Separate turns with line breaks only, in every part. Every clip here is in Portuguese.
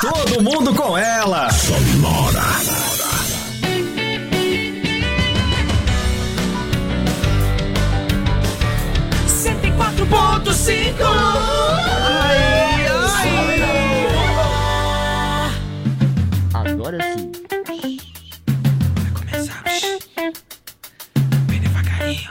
Todo mundo com ela. Sonora.
ponto cinco. Ai, ai.
Agora sim.
Vai começar. Bem devagarinho.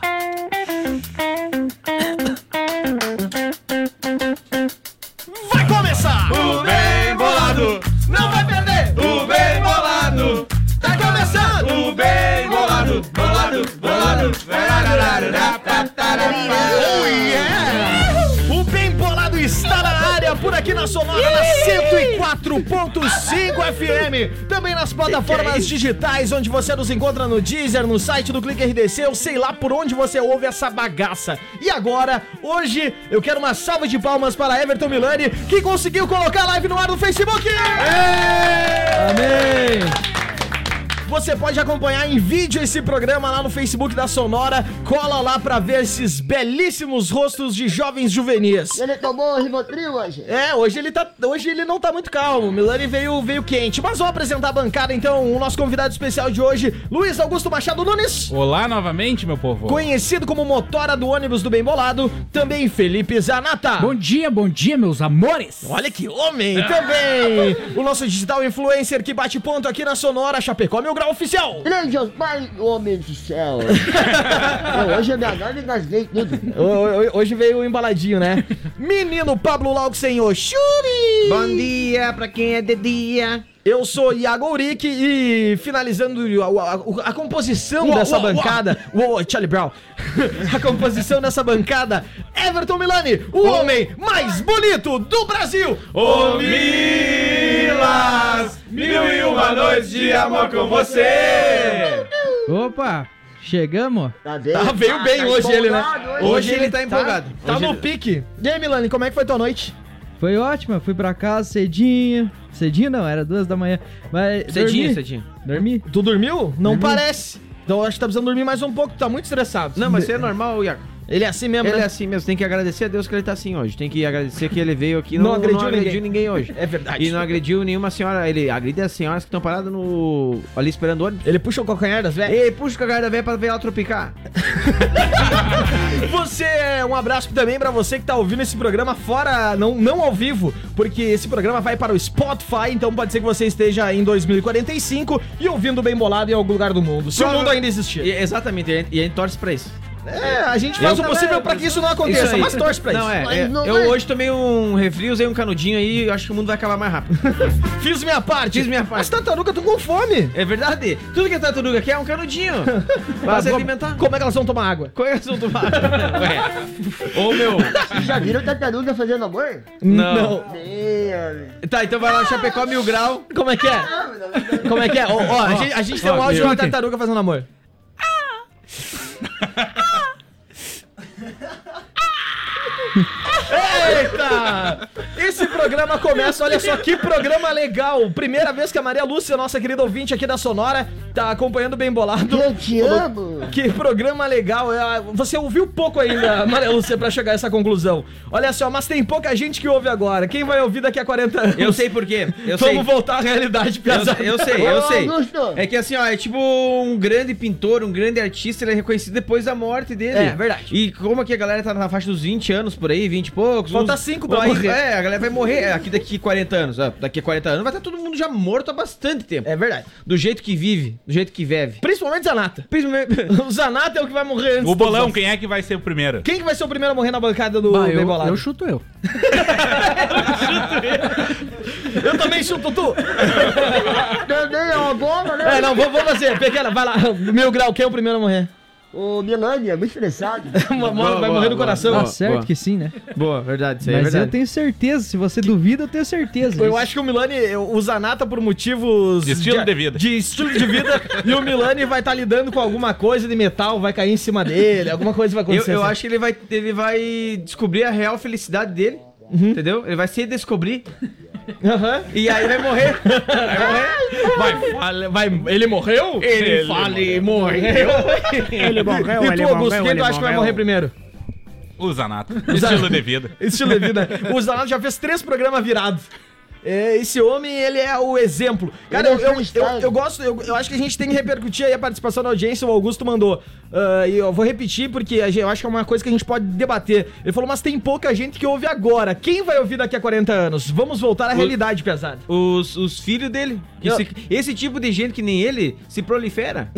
Vai começar.
Oh,
O bem bolado
não vai perder.
O bem bolado
tá começando.
O bem bolado, bolado, bolado. tá,
Oh yeah! O Bem Bolado está na área, por aqui na Sonora, na 104.5 FM. Também nas
é
plataformas digitais, onde você nos encontra no Deezer, no site do Clique RDC, eu sei lá por onde você ouve essa bagaça. E agora, hoje, eu quero uma salva de palmas para Everton Milani, que conseguiu colocar a live no ar no Facebook. Amém! Você pode acompanhar em vídeo esse programa lá no Facebook da Sonora. Cola lá pra ver esses belíssimos rostos de jovens juvenis.
Ele tomou o Rivotril hoje?
É, hoje ele, tá, hoje ele não tá muito calmo. Milani veio, veio quente. Mas vou apresentar a bancada então, o nosso convidado especial de hoje, Luiz Augusto Machado Nunes.
Olá novamente, meu povo.
Conhecido como motora do ônibus do bem bolado, também Felipe Zanata.
Bom dia, bom dia, meus amores.
Olha que homem! Também o nosso digital influencer que bate ponto aqui na Sonora, Chapecó Mil Grau Oficial.
Grande é pai, homem do céu. Não, hoje é minha nova e gasguei tudo.
Ho- ho- Hoje veio embaladinho, né? Menino Pablo Lau, senhor Shuri!
Bom dia pra quem é de dia.
Eu sou Iago Uric e finalizando a, a- a composição
Uou,
dessa
uou, uou.
bancada. Uou, uou, Charlie Brown. a composição dessa bancada, Everton Milani, o homem mais bonito do Brasil.
Ô Milas, mil e uma noites de amor com você.
Opa, chegamos?
Tá bem?
Ah, veio bem hoje ele, né?
empolgado
Hoje,
hoje.
ele tá empolgado. Tá, no pique. E aí, Milani, como é que foi tua noite?
Foi ótimo, fui pra casa cedinho. Cedinho não, era duas da manhã. Mas
Cedinho,
dormi,
cedinho.
Dormi?
Tu dormiu? Não
Dormi.
parece. Então eu acho que tá precisando dormir mais um pouco, tu tá muito estressado.
Não, mas isso é normal, Iago.
Ele é assim mesmo,
Ele é
né?
assim mesmo, tem que agradecer a Deus que ele tá assim hoje. Tem que agradecer que ele veio aqui e
Não
não,
agrediu
não agrediu ninguém, hoje.
É verdade.
E não agrediu nenhuma senhora. Ele agride as senhoras que estão paradas no. ali esperando o ônibus.
Ele puxa o calcanhar das velhas.
Ei, puxa o cagar da véia pra ver ela tropicar.
Você, um abraço também pra você que tá ouvindo esse programa fora, não, não ao vivo, porque esse programa vai para o Spotify, então pode ser que você esteja em 2045 e ouvindo bem bolado em algum lugar do mundo, se o
Prova-
mundo ainda existir.
E- exatamente, e a gente- e a gente torce pra isso.
É, a gente faz o
Eu-
possível pra que isso não aconteça,
aí.
mas torce pra
não,
isso.
É, é,
Mas não
eu
vai.
hoje tomei um refri, usei um canudinho aí, eu acho que o mundo vai acabar mais rápido.
Fiz minha parte.
Fiz minha parte.
Mas tartaruga, eu tô com fome.
é verdade? Tudo que a tartaruga quer é um canudinho. Pra se
Como-
alimentar.
Como é que elas vão tomar água?
Qual é o assunto mais? Ué. Ô meu.
Vocês já viram tartaruga fazendo amor?
Não.
Meu.
Tá, então vai lá, Chapecó Mil Grau.
Como é que é? Como é que é? Ó, ó, a gente, a gente tem um
ó,
áudio
meu.
da tartaruga fazendo amor. Eita! Esse programa começa, olha só que programa legal! Primeira vez que a Maria Lúcia, nossa querida ouvinte aqui da Sonora, tá acompanhando bem bolado.
Eu te amo.
Que programa legal. é, Você ouviu pouco ainda, Maria Lúcia, pra chegar a essa conclusão. Olha só, mas tem pouca gente que ouve agora. Quem vai ouvir daqui a 40 anos?
Eu sei por quê. Eu sei.
Vamos voltar à realidade, Piazada.
Eu, eu sei, eu
Ô,
sei.
Augusto.
É que assim, ó, é tipo um grande pintor, um grande artista, ele é reconhecido depois da morte dele.
É, verdade.
E como aqui a galera tá na faixa dos 20 anos por aí, 20 e poucos.
Falta
uns-
cinco pra
aí-
morrer.
É, a galera vai morrer é, aqui daqui 40 anos. ó, daqui a 40 anos vai estar todo mundo já morto há bastante tempo.
É verdade.
Do jeito que vive, do jeito que vive.
Principalmente Zanata.
Principalmente-
O Zanata é o que vai morrer antes.
O bolão,
dos outros.
quem é que vai ser o primeiro?
Quem que vai ser o primeiro a morrer na bancada do
Bah,
Bem
eu,
Bolado?
eu chuto eu.
Eu também chuto tu.
Também é uma bomba, né?
É, não, vou, vou fazer. Pequena, vai lá. Mil grau, quem é o primeiro a morrer?
O Melania, muito estressado.
Mor-
Boa,
vai
boa,
morrer do
boa.
coração.
Tá
Boa,
certo
boa.
que sim, né?
Boa, verdade, isso aí é
Mas
verdade.
eu tenho certeza, se você duvida, eu tenho certeza.
Eu acho que o Milani, o Zanata, por motivos.
De estilo de vida.
De estilo de vida. e o Milani vai estar lidando com alguma coisa de metal, vai cair em cima dele, alguma coisa vai
Eu,
acontecer.
eu
assim.
acho que ele vai, ele vai descobrir a real felicidade dele.
Uhum.
Entendeu? Ele vai se descobrir
Aham.
e aí vai morrer. Vai morrer.
Vai,
Fala- vai- ele morreu?
Ele fale, morreu.
Ele é né? morreu, E tu, Augusto, quem tu acha que vai morrer primeiro?
o Zanato. Estilo de vida.
Estilo de vida. O Zanata já fez três programas virados. É, esse homem, ele é o exemplo. Cara, eu,
Ele é
eu, eu,
acreditável.
eu gosto, eu, eu acho que a gente tem que repercutir aí a participação da audiência. O Augusto mandou. ah, e eu vou repetir porque a gente- eu acho que é uma coisa que a gente pode debater. Ele falou, mas tem pouca gente que ouve agora. Quem vai ouvir daqui a 40 anos? Vamos voltar à realidade, pesado.
Os, os filhos dele. que
Eu-
se- esse tipo de gente que nem ele se prolifera.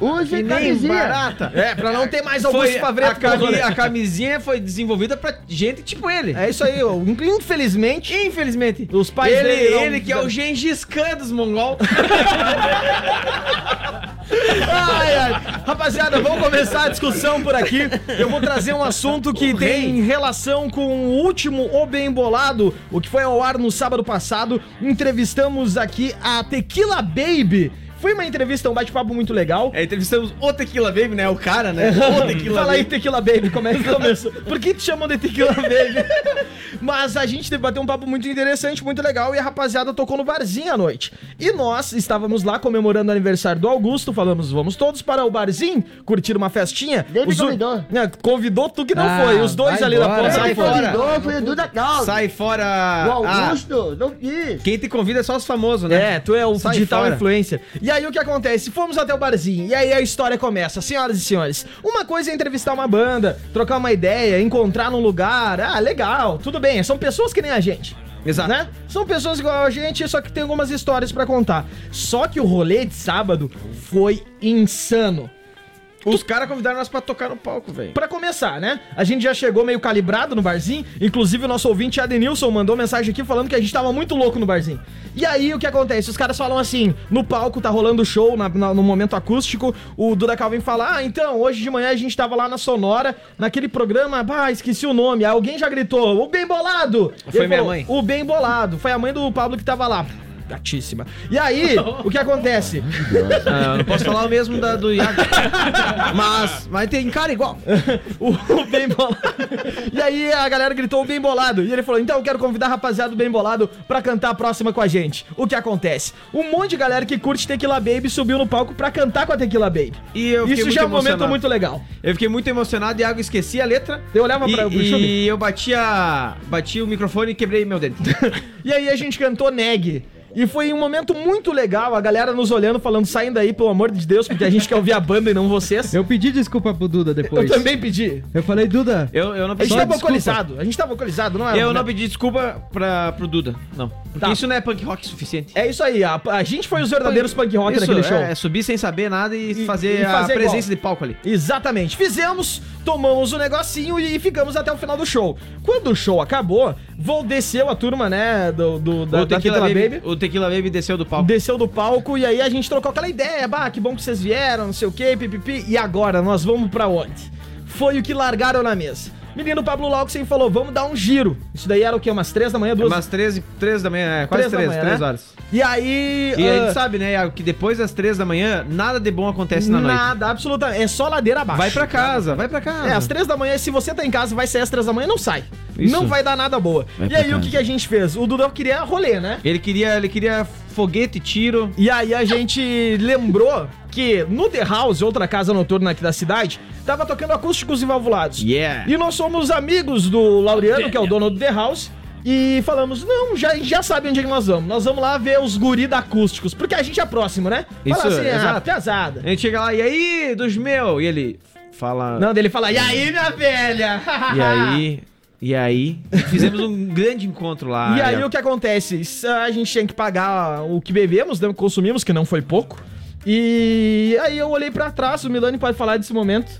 Use camisinha.
É, pra não ter mais
Foi,
Augusto
a,
Favreto.
cami-
pelo rolê.
a camisinha foi desenvolvida pra gente tipo ele.
É isso aí, eu- infelizmente.
Infelizmente.
Os pais
ele,
dele não-
ele que é o Gengis Khan dos mongol.
Ai, ai. Rapaziada, vamos começar a discussão por aqui. Eu vou trazer um assunto que tem relação com o último O Bem Bolado, o que foi ao ar no sábado passado. Entrevistamos aqui a Tequila Baby. Foi uma entrevista, um bate-papo muito legal.
É, entrevistamos o Tequila Baby, né? O cara, né? O Tequila
Fala aí,
Baby.
Tequila Baby, como é que começou? Por que te chamam de Tequila Baby? Mas a gente debateu um papo muito interessante, muito legal, e a rapaziada tocou no barzinho à noite. E nós estávamos lá comemorando o aniversário do Augusto, falamos, vamos todos para o barzinho, curtir uma festinha.
Nem me
Os u-
convidou.
Né, convidou tu que não
Ah,
foi, os dois
vai
ali
embora.
na ponta.
Sai
Sai
fora.
fora. Foi o Edu da Calda.
Sai
O
fora. Ah,
Augusto, não quis.
quem te convida é só os famosos, né?
É, tu é o
Sai
digital
fora.
influencer. E aí o que acontece? Fomos até o barzinho, e aí a história começa. Senhoras e senhores, uma coisa é entrevistar uma banda, trocar uma ideia, encontrar num lugar. Ah, legal, tudo bem, são pessoas que nem a gente.
Exato.
Né? São pessoas igual a gente, só que tem algumas histórias pra contar. Só que o rolê de sábado foi insano.
Os caras convidaram nós pra tocar no palco, velho.
Pra começar, né? A gente já chegou meio calibrado no barzinho. Inclusive, o nosso ouvinte Adenilson mandou mensagem aqui falando que a gente tava muito louco no barzinho. E aí, o que acontece? Os caras falam assim: no palco tá rolando show, na- na- no momento acústico. O Duda Calvin fala: ah, então, hoje de manhã a gente tava lá na Sonora, naquele programa, bah, esqueci o nome. Aí alguém já gritou: o bem bolado!
Foi
Ele
minha mãe.
O bem bolado. Foi a mãe do Pablo que tava lá. Gatíssima. E aí, o que acontece?
Ah, eu não posso falar o mesmo da, do Iago. Mas, mas tem cara igual.
o, o bem bolado. E aí a galera gritou o bem bolado. E ele falou: então eu quero convidar a rapaziada do bem bolado pra cantar a próxima com a gente. O que acontece? Um monte de galera que curte Tequila Baby subiu no palco pra cantar com a Tequila Baby.
E eu fiquei
Isso já é um
muito
momento
emocionado.
muito legal.
Eu fiquei muito emocionado, Iago esqueci a letra.
Eu olhava
e,
pra- pro
e
Chubby.
eu batia, bati o microfone e quebrei meu dente.
E aí a gente cantou Neg. E foi um momento muito legal, a galera nos olhando, falando, saindo daí, pelo amor de Deus, porque a gente quer ouvir a banda e não vocês.
Eu pedi desculpa pro Duda depois.
Eu também pedi.
Eu falei, Duda,
Eu, eu não
A gente
pedi,
Só
tá
desculpa.
vocalizado, a gente tá vocalizado, não é?
eu não pedi desculpa pra, pro Duda, não. Porque
Tá.
isso não é punk rock suficiente.
É isso aí, a, a gente foi os verdadeiros punk rock
isso,
daquele show.
É, subir sem saber nada e,
E-
fazer,
e fazer
a
igual.
presença de palco ali.
Exatamente. Fizemos, tomamos o negocinho e ficamos até o final do show. Quando o show acabou, vou desceu a turma, né, do, do- da,
o,
da
Tequila
Tequila
Baby, o Tequila Baby desceu do palco.
Desceu do palco e aí a gente trocou aquela ideia. Bah, que bom que vocês vieram, não sei o que, pipipi. E agora, nós vamos pra onde? Foi o que largaram na mesa. Menino Pablo Lauxen falou, vamos dar um giro. Isso daí era o quê? Umas três da manhã, duas...
É Umas 13, 13 da manhã, é, quase
Três da
13,
manhã,
3
né?
horas.
E aí...
E a
ah,
gente sabe, né, Iago, que depois das 3 da manhã, nada de bom acontece na noite.
Nada, absolutamente. É só ladeira abaixo.
Vai pra casa, vai pra casa.
É, às três da manhã, e se você tá em casa, vai ser às três da manhã, não sai.
Isso. É
Não vai dar nada boa. e aí, o que, que a gente fez? O Dudão queria rolê, né?
Ele queria, ele queria foguete, tiro.
E aí a gente lembrou que no The House, outra casa noturna aqui da cidade, tava tocando acústicos e valvulados.
Yeah.
E nós somos amigos do Laureano, que é o dono do The House. E falamos, não, já, já sabe onde é que nós vamos. Nós vamos lá ver os guri da acústicos, porque a gente é próximo, né?
Isso,
Fala assim, ah,
exato.
pesada.
A gente chega lá, e aí, dos meus? E ele fala.
Não, dele fala, e aí, minha velha?
E aí, e aí. Fizemos um grande encontro lá.
E aí
Iago.
o que acontece? S- A gente tinha que pagar o que bebemos, né, consumimos, que não foi pouco. E aí eu olhei pra trás, o Milani pode falar desse momento.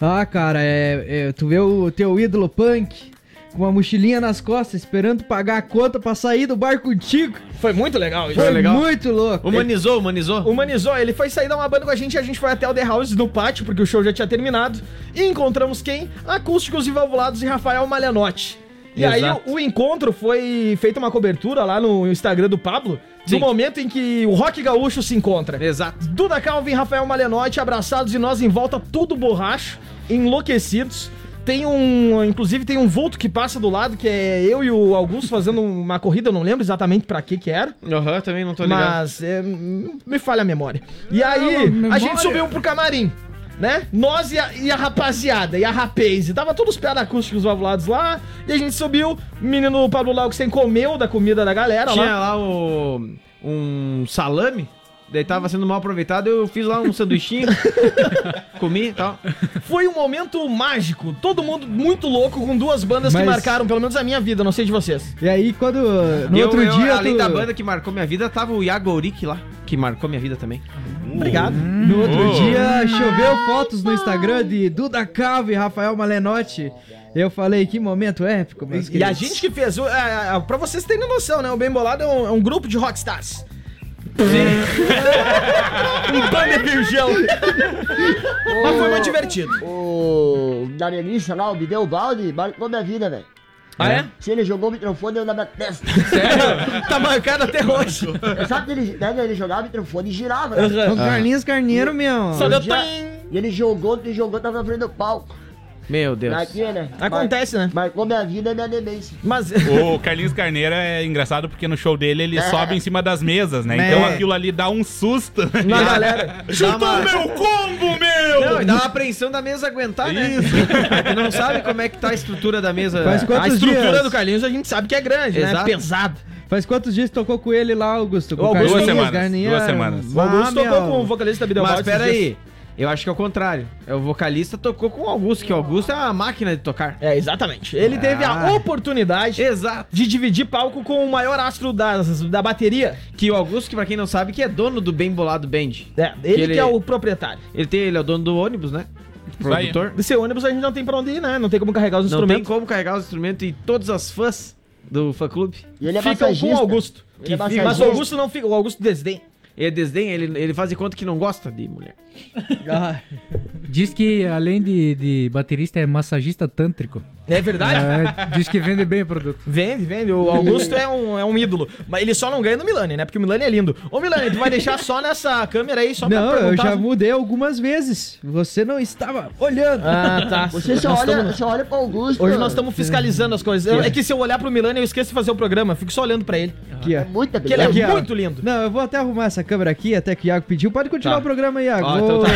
Ah, cara, é, é, tu vê o teu ídolo punk com uma mochilinha nas costas, esperando pagar a conta pra sair do bar contigo.
Foi muito legal isso.
Foi
É legal.
muito louco.
Humanizou, humanizou.
Humanizou, ele foi sair dar uma banda com a gente, a gente foi até o The House no pátio, porque o show já tinha terminado. E encontramos quem? Acústicos e Valvulados e Rafael Malhanotti. E aí
Exato.
o, o encontro foi feita uma cobertura lá no Instagram do Pablo, do
Sim.
momento em que o rock gaúcho se encontra.
Exato.
Duda Calvin, Rafael Malenotti, abraçados e nós em volta, todo borracho, enlouquecidos. Tem um, inclusive tem um vulto que passa do lado, que é eu e o Augusto fazendo uma corrida, eu não lembro exatamente pra que que era.
Aham, também não tô ligado.
Mas é, me falha a memória. E aí, a gente subiu pro camarim. né? Nós e a, e a rapaziada, e a rapaze. Tava todos os pés acústicos valvulados lá. E a gente subiu. O menino Pablo Lau que sem comeu da comida da
tá
galera lá.
Tinha lá o, um salame, daí tava sendo mal aproveitado, eu fiz lá um sanduichinho, comi e tal.
Foi um momento mágico. Todo mundo muito louco com duas bandas que
Mas-
marcaram, pelo menos a minha vida, não sei de vocês.
E aí, quando. No
Eu-
outro
eu,
dia.
além
tu-
da banda que marcou minha vida, tava o Iagorik lá, que marcou minha vida também.
Obrigado.
No outro dia choveu fotos no Instagram de Duda Calvo e Rafael Malenotti. Eu falei, que momento épico, meus
E a
queridos.
gente que fez. o- É, é, pra vocês terem noção, né? O Bem Bolado é um, é um grupo de rockstars. um banner virgão. Mas foi muito divertido.
O Darelista lá, o Bideu Balde, marcou minha vida, velho.
Ah, é?
Se ele jogou o microfone, eu na minha testa.
tá marcado até hoje.
Eu sabe que ele, né, ele jogava o microfone e girava, né?
É
Ah.
O
Aham.
Carlinhos Carneiro, meu.
Só deu
Já-
tim.
E ele jogou, ele jogou, tava na frente do palco.
Meu Deus.
Aqui, né?
Acontece, né?
Mar- Marcou minha é vida né, e minha demência.
Mas.
O Carlinhos Carneira é engraçado porque no show dele ele sobe em cima das mesas, né?
É.
Então aquilo ali dá um susto.
Na galera.
Chutou o meu combo, meu!
Não, e dá uma apreensão da mesa aguentar, né? Tu não sabe como é que tá a estrutura da mesa.
Faz quantos
A estrutura
dias?
do Carlinhos a gente sabe que é grande, né?
Exato.
Pesado.
Faz quantos dias tu tocou com ele lá, Augusto? Com
Ô,
o
Augusto,
Carlinhos
duas semanas,
Carneiro.
duas semanas.
O Augusto
Ah,
tocou
meu.
com o vocalista Bidel
Mas
Baldi esses
pera
dias.
aí, eu acho que é o contrário. É o vocalista tocou com o Augusto, que o Augusto é uma máquina de tocar.
É, exatamente. Ele teve a
Ah.
oportunidade
Exato.
de dividir palco com o maior astro das, da bateria.
Que o Augusto, que pra quem não sabe, que é dono do Bem Bolado Band.
É, ele que,
Que ele-
é o proprietário.
Ele, tem, ele é o dono do ônibus, né?
aí.
Produtor.
Desse ônibus a gente não tem pra onde ir, né? Não tem como carregar os
Não tem
instrumentos.
como carregar os instrumentos e todas as fãs do fã-clube.
E ele é
Ficam com o
massagista.
Augusto.
Ele é
Que fica- mas
massagista.
o Augusto não fica. O Augusto desdém.
Ele desdenha, ele, ele faz de conta que não gosta de mulher.
Ah,
Diz que além de, de baterista é massagista tântrico.
É verdade?
É, diz que vende bem o produto.
Vende, vende. O Augusto é um, é um ídolo. Mas ele só não ganha no Milani, né? Porque o Milani é lindo. Ô, Milani, tu vai deixar só nessa câmera aí, só
não,
pra
eu
perguntar.
já
né?
mudei algumas vezes. Você não estava olhando.
Ah, tá.
Você só
Nós
olha,
tamo-
você olha pro Augusto.
Hoje nós estamos fiscalizando as coisas. Eu- É que se eu olhar pro Milani, eu esqueço de fazer o programa. Fico só olhando pra ele.
Aqui, ó.
É muita
Que ele é
Aqui, ó.
muito lindo.
Não, eu vou até arrumar essa câmera aqui, até que o Iago pediu. Pode continuar
Tá.
o programa, Iago.
Ó,
Vou-
então tá.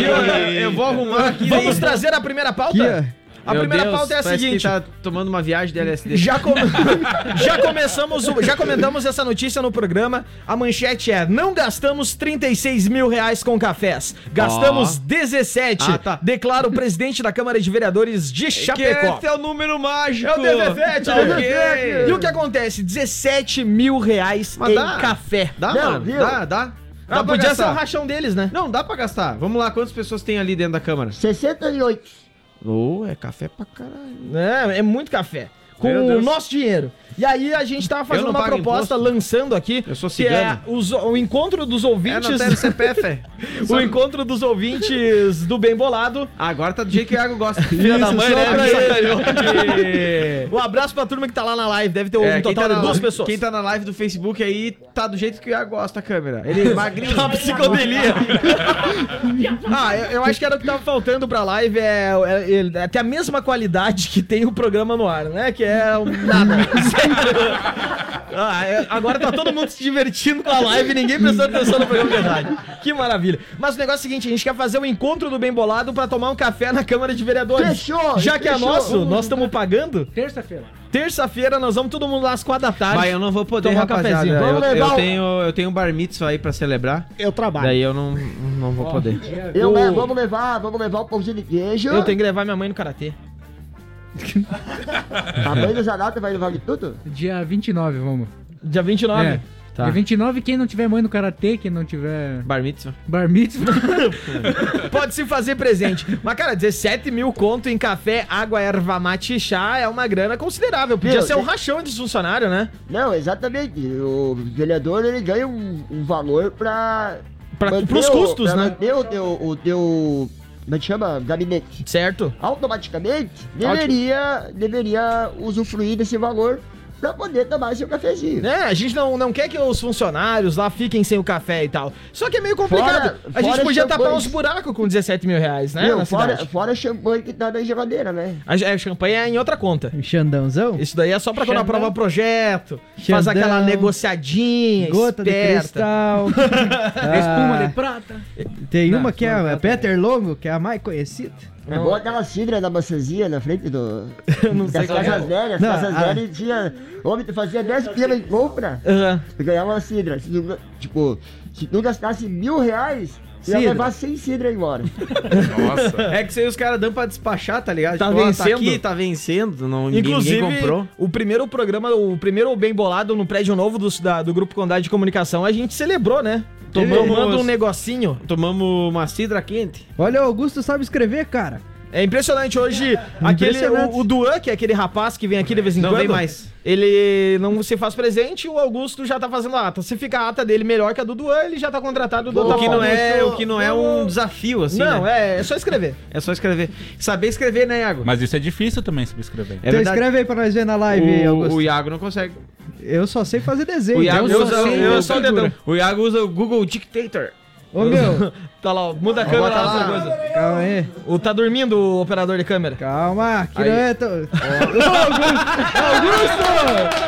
Eu, eu vou arrumar aqui.
Vamos trazer a primeira pauta? A
Aqui,
primeira pauta é a seguinte.
tá tomando uma viagem de LSD.
Já, com- já começamos, o- já comentamos essa notícia no programa. A manchete é: não gastamos 36 mil reais com cafés, gastamos 17.
Ah, tá.
Declara o presidente da Câmara de Vereadores de Chapecó.
é o número mágico.
É o 17,
Tá
né?
ok.
E o que acontece? 17 mil reais
Mas
em
dá.
café.
Dá,
Não,
mano.
viu?
Dá, dá.
Ah,
dá pra
podia ser o
gastar.
rachão deles, né?
Não, dá pra gastar. Vamos lá, quantas pessoas tem ali dentro da câmara?
68.
Ô, é café pra caralho.
É, é muito café. Com
Meu
o
Deus.
nosso dinheiro. E aí a gente tava fazendo
não
uma
pago
proposta,
imposto.
lançando aqui,
Eu sou
que é
cigano.
os- o encontro dos ouvintes.
CPF, é.
o encontro dos ouvintes do Bem Bolado.
Agora tá do jeito que o Iago gosta.
Filha da mãe, né?
ele.
Um abraço pra turma que tá lá na live. Deve ter um
É, quem,
total
tá na,
de duas
live-
pessoas.
quem tá na live do Facebook aí, tá do jeito que o Iago gosta a câmera. Ele é magrinho.
Tá uma psicodelia. ah, eu, eu acho que era o que tava faltando pra live. É, é, ele- é ter a mesma qualidade que tem o programa no ar, né? Que é um nada. Sério. Ah, é- agora tá todo mundo se divertindo com a live e ninguém prestando atenção no programa de verdade. Que maravilha. Mas o negócio é o seguinte: a gente quer fazer um encontro do bem bolado pra tomar um café na Câmara de Vereadores.
Fechou,
Já que é
fechou.
nosso, nós estamos pagando.
Terça-feira.
Terça-feira nós vamos todo mundo lá às quatro da tarde.
Vai, eu não vou poder,
Tomar um
rapaziada.
cafezinho.
Eu,
Vamos
eu
levar o-
tenho, eu tenho um bar mitzvah aí pra celebrar.
Eu trabalho.
Daí eu não, não vou poder.
Eu, né, vamos levar, vamos levar o pãozinho de queijo.
Eu tenho que levar minha mãe no karatê.
A mãe do Zanata vai levar de tudo?
Dia 29, vamos.
Dia 29.
É.
Tá.
Dia 29, quem não tiver mãe no karatê, quem não tiver
Bar mitzvah.
bar mitzvah.
Pode se fazer presente. Mas, cara, 17 mil conto em café, água, erva mate e chá é uma grana considerável. Podia
Meu,
ser um
e-
rachão de funcionário, né?
Não, exatamente. O vereador ele ganha um, um valor pra.
Pra-
manter
pros
o-
custos,
pra
né?
Manter o teu. O teu como é que chama? Gabinete.
Certo?
Automaticamente deveria, deveria usufruir desse valor pra poder tomar seu cafezinho.
Né? A gente não, não quer que os funcionários lá fiquem sem o café e tal. Só que é meio complicado.
Fora-
a gente
fora
podia tapar
champanhes.
uns buracos com 17 mil reais, né?
Meu,
na
fora,
cidade.
fora champanhe que tá na geladeira, né?
A, é, a champanhe é em outra conta.
Um Xandãozão?
Isso daí é só pra quando
Xandão.
aprova projeto, faz
Xandão.
aquela negociadinha,
Gota de
esperta.
cristal.
Espuma
Ah,
de prata.
Tem uma
Não,
que é
não,
a
não.
Peter Longo, que é a mais conhecida.
É igual aquela cidra da maçãzinha na frente do.
Não sei
das
qual é.
casas velhas.
Não,
As casas
a-
velhas tinha. Homem, tu fazia 10 pila em compra.
Aham.
Tu ganhava uma cidra. Se tu, tipo, se tu gastasse mil reais, tu ia
Cidra.
levar 100 cidra embora.
Nossa.
É que isso aí os caras dão pra despachar, tá ligado?
Tá
ó,
vencendo.
Tá aqui, tá vencendo. Não, ninguém-
Inclusive,
ninguém comprou.
o primeiro programa, o primeiro bem bolado no prédio novo do, da- do Grupo Condado de Comunicação, a gente celebrou, né?
Teve
Tomando um
umas-
negocinho.
Tomamos uma cidra quente.
Olha, o Augusto sabe escrever, cara.
É impressionante hoje. Aquele,
Impressionante.
o, o Duan, que é aquele rapaz que vem aqui de vez em
Não
quando.
vem mais.
Ele não se faz presente e o Augusto já tá fazendo a ata. Se fica a ata dele melhor que a do Duan, ele já tá contratado do
O que não é,
Augusto.
o que não é um desafio, assim.
não,
né?
é, é só escrever.
é. só escrever. Saber escrever, né, Iago?
Mas isso é difícil também se escrever.
É
então
verdade.
escreve aí pra nós ver na live,
O,
Augusto.
o Iago não consegue.
Eu só sei fazer desenho.
O Iago,
só
usa,
sei
eu
a
só o
figura.
dedão. O Iago usa o Google Dictator.
Ô, meu,
Tá lá, ó, muda a câmera
bota
lá.
lá.
outra Coisa.
calma aí.
O, tá dormindo o operador de câmera.
Calma, que
Aí.
não é tão... Ô, Augusto!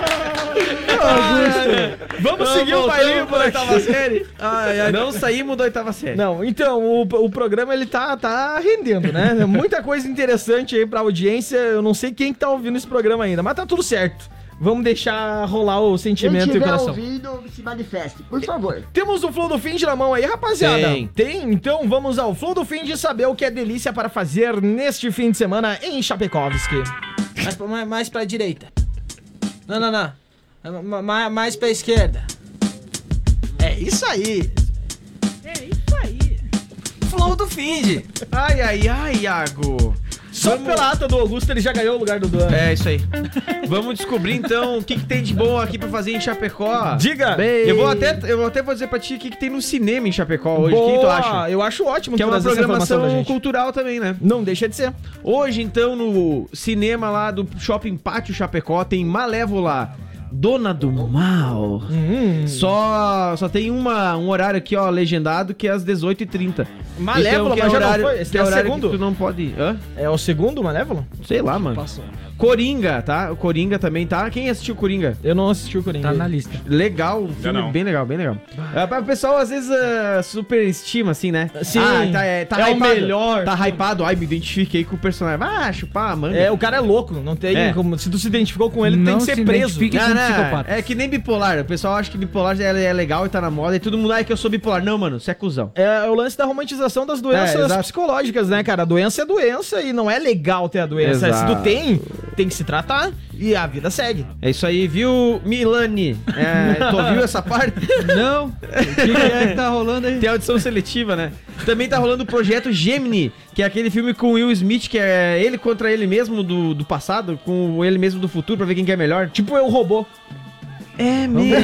Augusto! Ô, Augusto!
Vamos seguir o bailinho por oitava série. Ai, ai.
Não saímos da oitava série.
Não, então, o, o programa ele tá, tá rendendo, né? Muita coisa interessante aí pra audiência. Eu não sei quem que tá ouvindo esse programa ainda, mas tá tudo certo. Vamos deixar rolar o
Quem
sentimento e o
tiver
coração.
ouvindo, se manifeste, por favor.
Temos o Flow do Finge na mão aí, rapaziada.
Tem.
Então vamos ao Flow do Finge saber o que é delícia para fazer neste fim de semana em Chapekovski.
Mais pra, mais, mais pra direita. Não, não, não. Ma- ma- mais pra esquerda. É isso aí. É isso aí. Flow do Find.
Ai, ai, ai, Iago.
Só pela ata do Augusto ele já ganhou o lugar do Duan.
É isso aí. Vamos descobrir então o que, que tem de bom aqui pra fazer em Chapecó.
Diga!
Eu vou até, eu vou até vou dizer pra ti o que, que tem no cinema em Chapecó hoje. O
Boa,
que, que tu acha?
Eu acho ótimo
Que é uma
trazer essa informação pra
programação
gente.
cultural também, né?
Não deixa de ser.
Hoje, então, no cinema lá do Shopping Pátio Chapecó, tem Malévola, Dona do Mal.
Hum. Então,
Só, só tem uma, um horário aqui, ó, legendado, que é às 18h30.
Malévola,
que é
mas já não
horário,
foi? Esse
que é
é o
horário
segundo?
que tu não pode... Hã?
É o segundo Malévola?
Sei lá, mano. Coringa, tá? O Coringa também tá. Quem assistiu Coringa?
Eu não assisti o Coringa.
Tá na lista.
Legal, um filme
não.
bem legal, bem legal. É, pra- o pessoal às vezes ah, superestima, assim, né?
Sim.
Ah, tá, é, tá
É o
hypado.
melhor.
Tá hypado. Ai, me identifiquei com o personagem. Ah, chupar, mano.
É, o cara é louco, não tem
É.
como. Se tu se identificou com ele, tu tem
Não
que ser
se
preso.
identifique.
Não,
são
não,
psicopatas.
é que nem bipolar. O pessoal acha que bipolar é, é legal e tá na moda. E todo mundo, ah, é que eu sou bipolar. Não, mano, você é cuzão.
É o lance da romantização das doenças
exato.
psicológicas, né, cara? A doença é doença e não é legal ter a doença. Se tu
Exato.
tem, tem que se tratar e a vida segue.
É isso aí, viu, Milani? É, tu ouviu essa parte? Então,
Não? O que, que é que tá rolando aí?
Tem audição seletiva, né? Também tá rolando o projeto Gemini, que é aquele filme com o Will Smith, que é ele contra ele mesmo do, do passado, com ele mesmo do futuro, pra ver quem que é melhor.
Tipo eu robô.
É mesmo.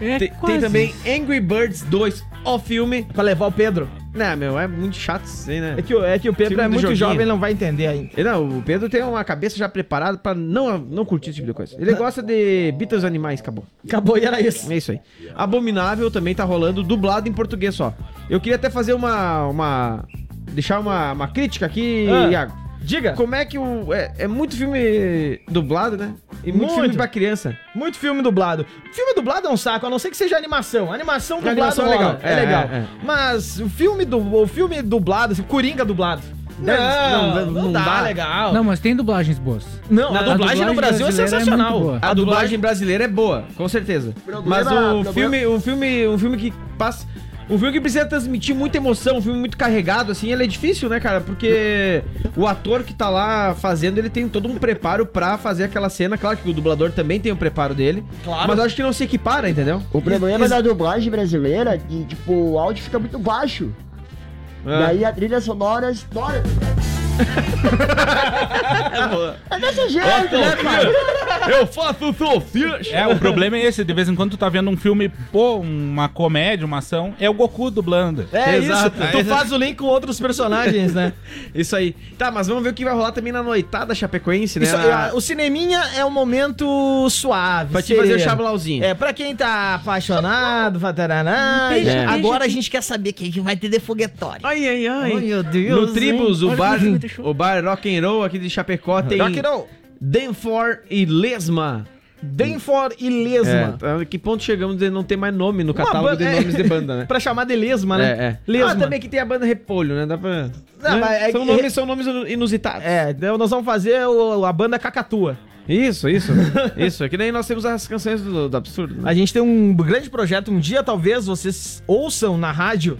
É
Tem,
quase.
também Angry Birds 2, o filme.
Pra levar o Pedro.
Não, meu, é muito chato isso aí, né?
É que, o- é que o Pedro
Filme
é
do
muito
joguinho.
jovem, ele não vai entender ainda.
E Não, o Pedro tem uma cabeça já preparada pra não, não curtir esse tipo de coisa. Ele gosta de Beatles animais, acabou.
Acabou e era isso.
É isso aí. Abominável também tá rolando, dublado em português só. Eu queria até fazer uma. uma deixar uma, uma crítica aqui,
Ah.
Iago.
Diga,
Como é que o. É, é muito filme dublado, né? E muito,
Muito.
filme pra criança.
muito filme dublado. Filme dublado é um saco, a não ser que seja animação. Animação dublada
Animação é
rola,
legal.
É,
É,
legal.
é, é.
Mas o filme, du o filme dublado, assim, Coringa dublado.
Deve- não, deve- não dá.
legal.
Não, mas tem dublagens boas.
Não, a,
Na- a
dublagem no
dublagem
Brasil é
brasileira é
sensacional.
muito boa.
A, dublagem brasileira é boa, com certeza.
Problema-
Mas o
problema-
filme, um filme, um filme que passa, um filme que precisa transmitir muita emoção, um filme muito carregado assim, ele é difícil, né, cara? Porque o ator que tá lá fazendo, ele tem todo um preparo pra fazer aquela cena. Claro que o dublador também tem o preparo dele,
Claro.
mas eu acho que não se equipara, entendeu?
O problema é da dublagem brasileira é que, tipo, o áudio fica muito baixo.
É.
Daí a trilha sonora É estoura. é desse jeito, né, cara?
Eu faço salsicha.
É, o problema é esse. De vez em quando tu tá vendo um filme, pô, uma comédia, uma ação, é o Goku dublando.
É
Exato.
isso, tu faz o link com outros personagens, né?
Isso aí. Tá, mas vamos ver o que vai rolar também na noitada chapecoense, né?
Isso,
Na-
é, o cineminha é um momento suave.
Pra te fazer
sereno.
o chablauzinho.
É, pra quem tá apaixonado, fataraná,
Deixa,
é.
deixa
agora a
aqui.
gente quer saber quem que vai ter defoguetório.
Ai, ai, ai.
Ai, meu Deus,
No Tribus,
hein?
o
Olha
bar,
que bonito.
o bar rock and roll aqui de Chapecó tem
Rock and roll.
Denfor e Lesma.
Denfor e
É,
Lesma.
tá, que ponto chegamos de não ter mais nome no catálogo
banda-
de
é.
nomes de banda, né?
Pra chamar de Lesma, né?
É, é.
Lesma.
Ah, também que tem a banda Repolho, né? Dá pra...
Não,
né?
mas é que-
são, nomes, são nomes inusitados.
É, então nós vamos fazer o- a banda Cacatua.
Isso, isso. isso. É que nem nós temos as canções do, do absurdo. né?
A gente tem um grande projeto. Um dia, talvez, vocês ouçam na rádio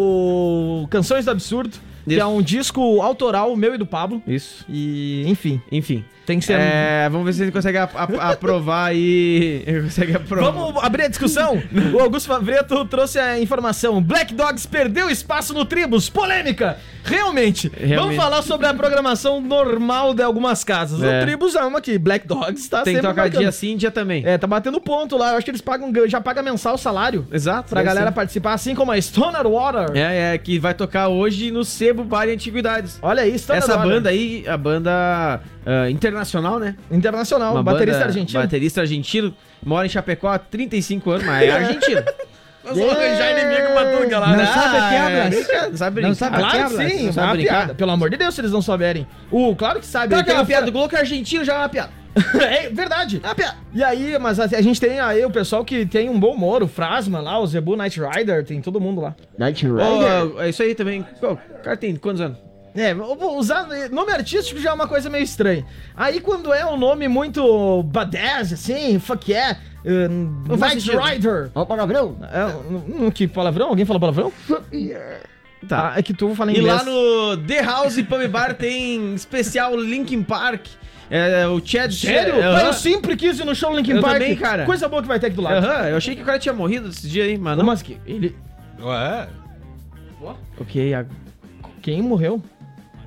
o Canções do Absurdo, que
Isso.
é um disco autoral meu e do Pablo.
Isso.
E, enfim,
Enfim.
tem que ser.
É, vamos ver se ele consegue a- a- aprovar aí. Ele consegue aprovar.
Vamos abrir a discussão? o Augusto Favreto trouxe a informação. Black Dogs perdeu espaço no Tribos. Polêmica! Realmente. Vamos
Realmente.
falar sobre a programação normal de algumas casas.
É.
O Tribos é uma que Black Dogs tá
Tem que
sempre
tocar
marcando.
dia sim, dia também.
É, tá batendo ponto lá. Eu acho que eles pagam, já paga mensal o salário.
Exato.
Pra
é
galera
assim.
participar, assim como a Stoner Water.
É, é, que vai tocar hoje no Sebo Bar e Antiguidades.
Olha aí, Stoner
Essa
Water.
banda aí, a banda ah, internacional, né?
Ah,
Internacional,
Uma
baterista
banda-
argentino.
Baterista argentino, mora em Chapecó há 35 anos, mas é argentino. "Ah,
Nós vamos arranjar inimigo pra tudo, galera. Ah, é.
Não sabe a quebra?
é Não sabe brincar.
Não sabe a
Claro que
quebra?
sim,
Não
é
sabe
uma
brincar?
piada. Pelo amor de Deus, se eles não souberem. O claro que sabe. ele tem
aquela
uma
piada do
fora-
Globo que é argentino já é uma piada.
é verdade. E aí, mas assim, a, a gente tem aí o pessoal que tem um bom humor, o Frasma lá, o Zebu Night Rider, tem todo mundo lá.
Night Rider.
Ó, é isso aí também. Pô, o cara tem quantos anos?
É, eu vou usar nome artístico já é uma coisa meio estranha. Aí quando é um nome muito badass, assim, fuck yeah, eh,
faz
Night
sentido.
Rider.
Ó, o palavrão.
É, um- um- que palavrão? Alguém fala palavrão? Tá. é que tu fala
E
inglês.
lá no The House Pub Bar tem especial Linkin Park. É, o Chad...
Sério?
Aham.
Cara, Eu sempre quis ir no show do Linkin
Eu
Park.
também, cara.
Coisa boa que vai ter aqui do lado.
Aham, eu achei que o cara tinha morrido esse dia aí, mano.
Mas que- ele...
Ué.
Ok, a-
Quem morreu?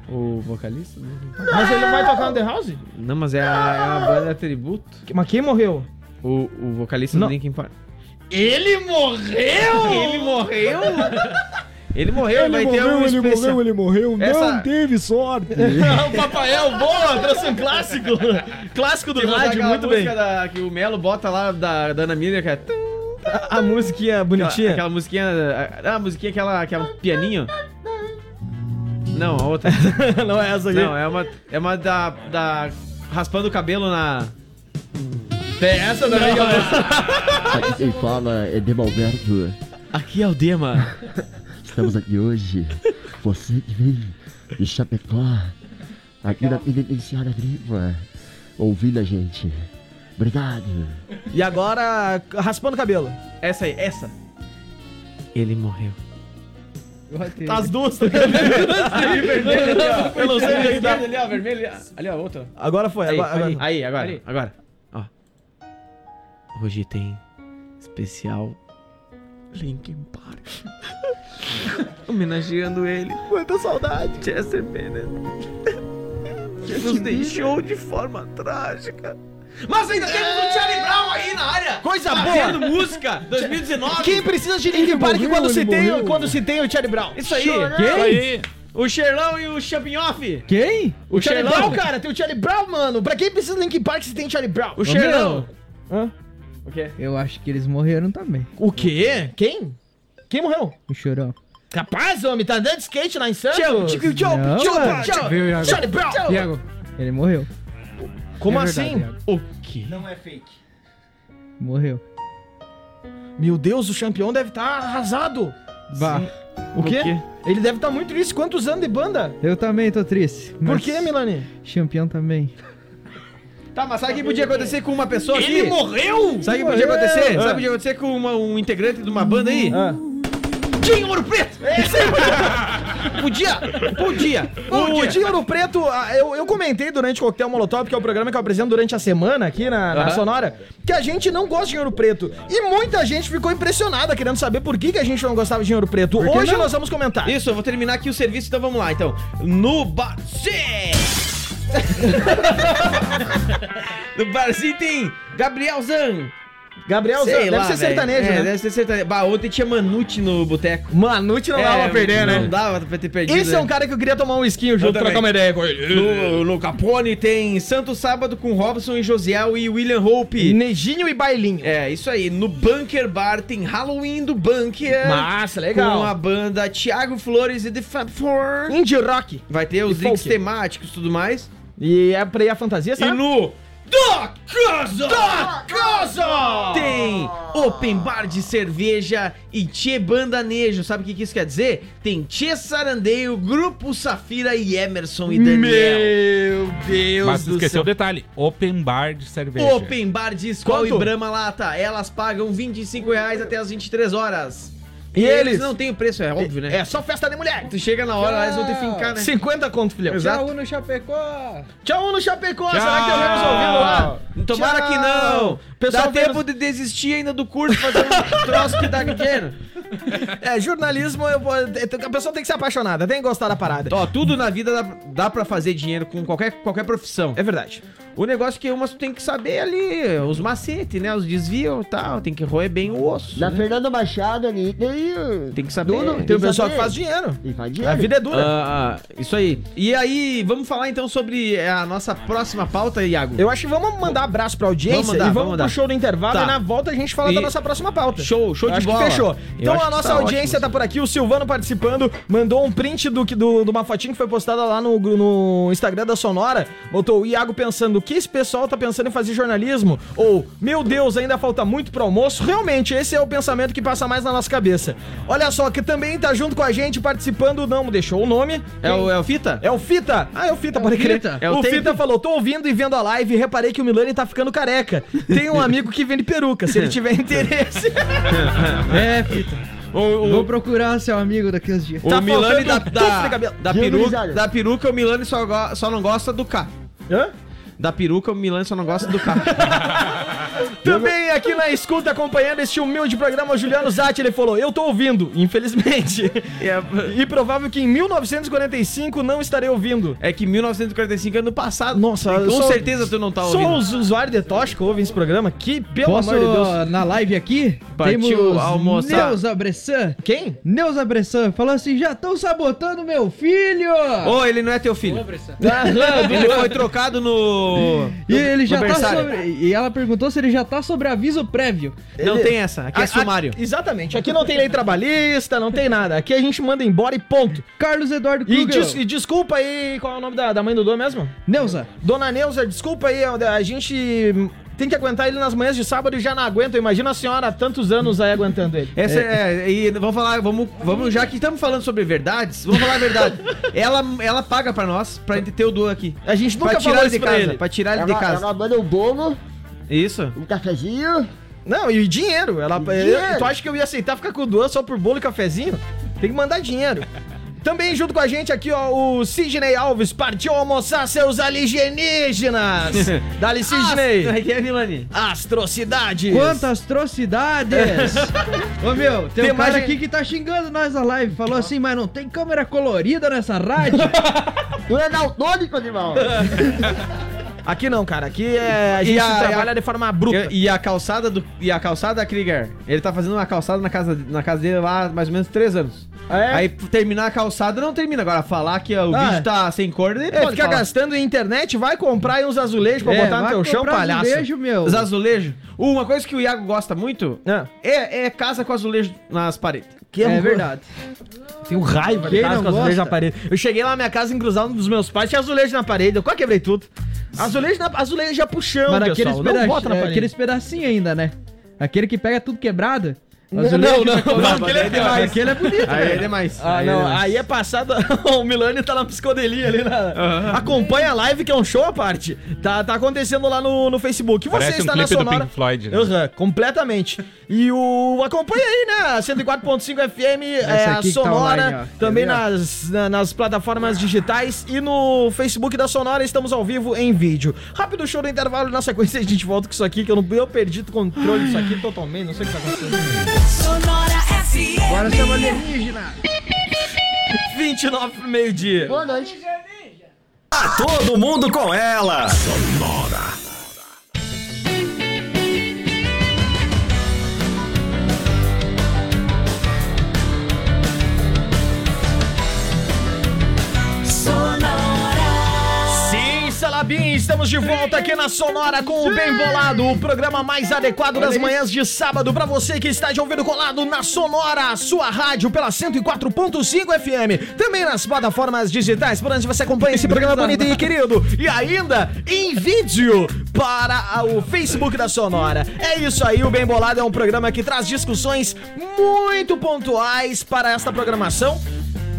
o vocalista? né?
Mas ele não vai tocar no The House?
Não, mas é a, é a banda tributo.
Mas quem morreu?
O, o vocalista
Não.
do Linkin Park.
Ele morreu?
Ele morreu? Ele morreu, vai ter um especial.
ele morreu,
Essa- É,
teve sorte.
o Papael, boa, trouxe um clássico. Clássico do
Tem
rádio, muito bem.
Da, que o Melo bota lá da, da Ana Miller, que é... tum,
A, a musiquinha
Aquela,
bonitinha.
aquela musiquinha... Ah, a musiquinha, aquela, aquela pianinho. Não, a outra.
não é essa aqui.
Não, é uma, é uma da, da... Raspando o cabelo na... Tem essa né? também?
Aqui quem fala é Demalberto.
Aqui é o Dema.
Estamos aqui hoje. Você que vem de Chapecó, aqui na Penitenciária Viva, ouvindo a gente. Obrigado.
E agora, raspando o cabelo.
Essa aí, essa. Ele morreu. Tá
As duas estão Eu não sei onde é que tá.
ali, ó, vermelho ali, ó. ali, ó, outro.
Agora foi.
Aí,
agora,
aí,
agora.
aí, agora, agora. Ó. Hoje tem especial Linkin Park. Homenageando ele. Quanta saudade. Chester Bennett. Que nos deixou de forma trágica. Mas ainda temos o Charlie Brown aí na área.
Coisa
Fazendo Tá música. 2019.
Quem precisa de Linkin Park
morreu,
quando, se
ele
tem,
morreu.
quando se tem o Charlie Brown?
Isso aí.
Aí,
O Sherlão e o Champignoff.
Quem?
O, Charlie
Charlie
Brown,
Brown.
cara, tem o Charlie Brown, mano. Pra quem precisa do Linkin Park se tem Charlie Brown?
O Sherlão.
Hã?
O quê?
Eu acho que eles morreram também.
O quê? Quem? Quem morreu?
O chorão.
Capaz, homem, tá andando de skate lá em Santos.
Tchau, tchau,
Não, mano.
tchau.
Viu, Iago?
Charlie Brown.
Iago,
Ele morreu.
Como
é verdade,
assim?
Iago.
O quê?
Morreu.
Meu Deus, o campeão deve estar arrasado.
Bah.
O quê?
quê?
Ele deve estar muito triste. Quantos anos de banda?
Eu também tô triste.
Por
mas
quê, Milani?
Champion também.
Tá, mas sabe o que podia acontecer com uma pessoa aqui?
morreu?
Sabe o que podia acontecer?
É.
Ah.
Sabe o que podia acontecer com uma- um integrante de uma banda aí?
Ah.
Tinha ouro preto!
É,
podia! Podia!
O Dinho Ouro Preto, ah, eu, eu comentei durante o Coquetel Molotov, que é o programa que eu apresento durante a semana aqui na, na
Aham.
Sonora, que a gente não gosta de Ouro Preto. E muita gente ficou impressionada querendo saber por que, que a gente não gostava de Ouro Preto.
que
Hoje
não?
nós vamos comentar.
Isso, eu vou terminar aqui o serviço, então vamos lá. Então, no Bar... Sim! No barzinho tem Gabriel Zan.
Gabriel Zan,
Sei
deve
lá,
ser
velho.
sertanejo,
É,
né?
deve ser sertanejo. Bah, ontem tinha Manute no boteco.
Manute não dava pra perder,
não
né?
Não dava pra ter perdido.
Esse é um
né?
cara que eu queria tomar um esquinho junto,
também.
trocar uma ideia com ele.
No, no Capone tem Santo Sábado com Robson e Josiel e William Hope.
Nejinho e bailinho.
É, isso aí. No Bunker Bar tem Halloween do Bunker.
Massa,
Com a
legal.
banda Thiago Flores e The Fab Four.
Indie rock.
Vai ter
E
os links
folk.
temáticos e tudo mais.
E é pra ir a fantasia,
E
sabe?
no Doc Casa
Casa!
tem open bar de cerveja e tchê bandanejo. Sabe o que, que isso quer dizer? Tem tchê sarandeio, grupo Safira e Emerson e Daniel.
Meu Deus
Mas
do
esqueceu
céu.
o detalhe. Open bar de cerveja.
Open bar de Skol
Quanto?
e Brahma Lata. Elas pagam 25 reais até as 23 horas.
E eles?
não tem o preço, é óbvio, né?
É só festa de mulher.
Tu chega na hora, eles vão ter que fincar, né?
50 conto, filhão.
Exato.
Tchau no Chapecó.
Tchau um no Chapecó. Será que eu já nos ouvindo lá?
Tomara
Tchau.
que não.
Pessoal
Dá
vendo-
tempo de desistir ainda do curso, fazer um troço que dá dinheiro.
É, jornalismo, eu vou- a pessoa tem que ser apaixonada, tem que gostar da parada.
Ó, tudo na vida dá, dá pra fazer dinheiro com qualquer, qualquer profissão.
É verdade.
O negócio que umas tu tem que saber ali, os macetes, né? Os desvios e tal. Tem que roer bem o osso.
Na
né?
Fernanda Machado ali tem. uh,
Tem que saber.
tudo,
Tem o
que
pessoal que
saber.
faz dinheiro.
E faz
A
dinheiro.
vida é dura.
Ah, ah, isso aí. E aí, vamos falar então sobre a nossa próxima pauta, Iago.
Eu acho que vamos mandar abraço pra audiência
Vamos mandar,
e vamos,
vamos mandar.
pro show do intervalo
Tá.
e na volta a gente fala
E-
da nossa próxima pauta.
Show, show
Eu
de
acho que
bola.
fechou.
Eu
Então
acho
a
que
nossa
tá
audiência
ótimo,
tá por aqui, o Silvano participando, mandou um print do, que- do, de uma fotinha que foi postada lá no, gru- no Instagram da Sonora, botou o Iago pensando, o que esse pessoal tá pensando em fazer jornalismo? Ou, meu Deus, ainda falta muito pro almoço? Realmente, esse é o pensamento que passa mais na nossa cabeça. Olha só, que também tá junto com a gente participando, não deixou o nome.
É o, é o Fita?
É o Fita. Ah, é o Fita, pode crer.
É o
o
Tape.
Fita falou, tô ouvindo e vendo a live e reparei que o Milani tá ficando careca. Tem um amigo que vende peruca, se ele tiver interesse.
É, Fita. Vou procurar seu amigo daqui uns dias.
O
Tá
Milani da,
faltando um tufo de
da,
cabelo.
da,
Diga,
peruca,
gurizada.
da peruca, o Milani só, go- só não gosta do K.
Hã?
Da peruca, o Milani só não gosta do K.
Também aqui na escuta, acompanhando este humilde programa, o Juliano Zatti, ele falou, eu tô ouvindo, infelizmente.
É,
E provável que em 1945 não estarei ouvindo.
é que 1945 é ano passado.
Nossa,
com
só-
certeza tu não tá ouvindo.
Sou os usuários de Tóxico, ouvem esse programa, que pelo
Posso,
amor de Deus.
na live aqui,
Partiu almoçar.
Neuza Bressan.
Quem?
Neuza Bressan falou assim, já estão sabotando meu filho.
Ô, ele não é teu filho. ele
é.
foi trocado no.
e ele já
no
tá
berçário.
sobre... E ela perguntou se ele já tá sobre aviso prévio.
Não tem essa. Aqui
A-
é sumário.
a- exatamente, aqui não tem lei trabalhista, não tem nada. Aqui a gente manda embora e ponto.
Carlos Eduardo
E,
Kruger.
des- e desculpa aí, qual é o nome da, da mãe do Dô mesmo?
Neuza,
Dona Neuza, desculpa aí, a, a gente tem que aguentar ele nas manhãs de sábado e já não aguenta. Imagina a senhora há tantos anos aí aguentando ele.
Essa é. e vamos falar, vamos, vamos já que estamos falando sobre verdades, vamos falar a verdade. ela, ela paga pra nós, pra gente ter o Duan aqui.
A gente nunca
Pra
falou
tirar ele
isso
de
pra
casa,
ele. É
pra tirar ele
ela,
de casa.
ela manda um bolo,
Isso.
um cafezinho.
Não, e dinheiro. Ela,
dinheiro.
Tu acha que eu ia aceitar ficar com o Duan só por bolo e cafezinho? Tem que mandar dinheiro. Também junto com a gente aqui, ó, o Sidney Alves partiu almoçar seus alienígenas. Dali, Sidney.
Aqui é Milani.
Astrocidades.
quantas atrocidades! Ô meu, tem,
Tem
um cara
imagem-
aqui que tá xingando nós na live. Falou assim, mas não tem câmera colorida nessa rádio.
Tu é daltônico, animal.
Aqui não, cara. Aqui é, a gente
a-
trabalha de forma bruta.
E, e a calçada do. E a calçada Krieger. Ele tá fazendo uma calçada na casa, na casa dele lá há mais ou menos três anos.
É?
Aí terminar a calçada não termina. Agora, falar que ó, o
Ah.
vídeo tá sem cor, ele
É,
pode
fica
falar.
gastando em internet, vai comprar aí uns azulejos pra botar no
vai
teu chão,
comprar um
palhaço.
Beijo, meu.
Os azulejos. Uma coisa que o Iago gosta muito
Ah,
é, é casa com azulejo nas paredes.
que
É verdade.
Tenho raiva de
Quem
casa
não
com azulejo
gosta?
na parede. Eu cheguei lá na minha casa, encruzado dos meus pais, tinha azulejo na parede, eu quase quebrei tudo. Azulejo, na, azulejo já puxão,
Mas aqueles,
pessoal. Não
peda-
bota na
é,
parede.
aqueles pedacinhos ainda, né? Aquele que pega tudo quebrado.
Não, não, não, aquele é demais.
Aquele é bonito.
Aí é demais.
Ah,
Aí é
não,
demais.
aí é passado. o Milani tá na psicodelia ali na. Acompanha a live, que é um show à parte. Tá, tá acontecendo lá no, no Facebook. E Você
Parece um
está na
clipe do
sonora.
Pink Floyd, né?
Aham, é, completamente. E o. Acompanha aí, né? 104.5 FM, é, a
aqui que tá
Sonora,
online, ó. Quer
também
ver, ó?
nas, na- nas plataformas digitais e no Facebook da Sonora, estamos ao vivo em vídeo. Rápido show do intervalo, na sequência a gente volta com isso aqui, que eu, não, eu perdi o controle disso aqui totalmente, não sei o que tá acontecendo.
Sonora
Agora
FM.
chama alienígena.
29 pro meio-dia.
Boa noite.
todo mundo com ela. Sim, Salabim, estamos de volta aqui na Sonora com o Bem Bolado, o programa mais adequado das manhãs de sábado para você que está de ouvido colado na Sonora, a sua rádio pela 104.5 FM, também nas plataformas digitais por onde você acompanha esse programa bonito e querido, e ainda em vídeo para a- o Facebook da Sonora. É isso aí, o Bem Bolado é um programa que traz discussões muito pontuais para esta programação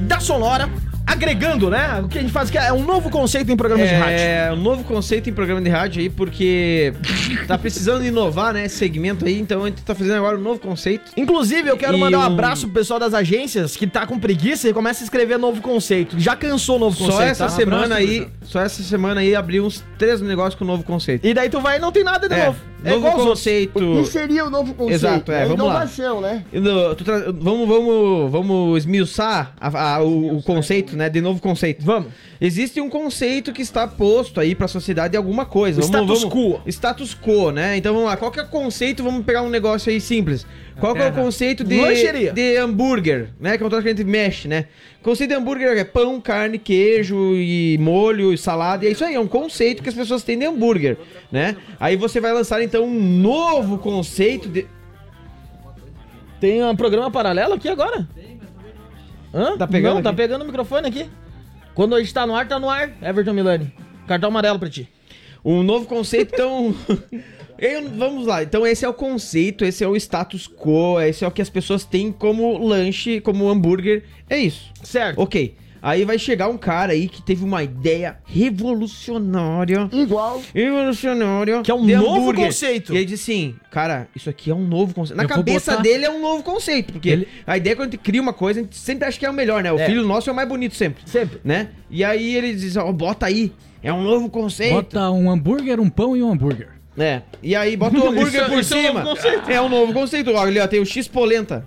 da Sonora. Agregando, né? O que a gente faz que é um novo conceito em programas de rádio.
É, um novo conceito em programa de rádio aí, porque tá precisando inovar, né, esse segmento aí, então a gente tá fazendo agora um novo conceito.
Inclusive, eu quero
E
mandar um
um-
abraço pro pessoal das agências que tá com preguiça e começa a escrever novo conceito. Já cansou o novo
Só
conceito.
essa
tá?
semana aí, só essa semana aí abriu uns três negócios com o novo conceito.
E daí tu vai e não tem nada de
É,
novo. É
novo
igual os outros.
conceito.
E seria o novo conceito?
Exato, é,
a
vamos lá.
inovação, né?
E no- tu tra- Vamos, vamos, vamos esmiuçar a- a- o, o conceito, né? De novo conceito. Vamos. Existe um conceito que está posto aí pra sociedade alguma coisa.
O status quo.
Status quo, né? Então vamos lá. Qual que é o conceito? Vamos pegar um negócio aí simples. Qual que é o
terra.
conceito de,
Lancheria.
de hambúrguer, né? Que é um troço que a gente mexe, né? Conceito de hambúrguer é pão, carne, queijo e molho e salada. E é isso aí, é um conceito que as pessoas têm de hambúrguer, né? Aí você vai lançar então um novo conceito de...
Tem um programa paralelo aqui agora? Hã?
Tá pegando
Não, tá
aqui?
pegando o microfone aqui. Quando a gente tá no ar, tá no ar. Everton Milani. Cartão amarelo pra ti.
Um novo conceito, então. Eu- vamos lá, então esse é o conceito, esse é o status quo, esse é o que as pessoas têm como lanche, como hambúrguer. É isso.
Certo.
Ok. Aí vai chegar um cara aí que teve uma ideia revolucionária.
Igual.
Revolucionária.
Que é um
de
novo conceito.
E ele disse assim, cara, isso aqui é um novo conceito. Na
Eu vou
cabeça
botar-
dele é um novo conceito, porque
Ele-
a ideia é quando a gente cria uma coisa, a gente sempre acha que é o melhor, né? O
É.
filho nosso é o mais bonito sempre,
Sempre.
né? E aí ele diz, ó, bota aí, é um novo conceito.
Bota um hambúrguer, um pão e um hambúrguer.
É. E aí bota o hambúrguer
Isso-
por
isso é um
cima.
novo conceito. É um
É um novo conceito. Olha ali, ó, tem o X polenta.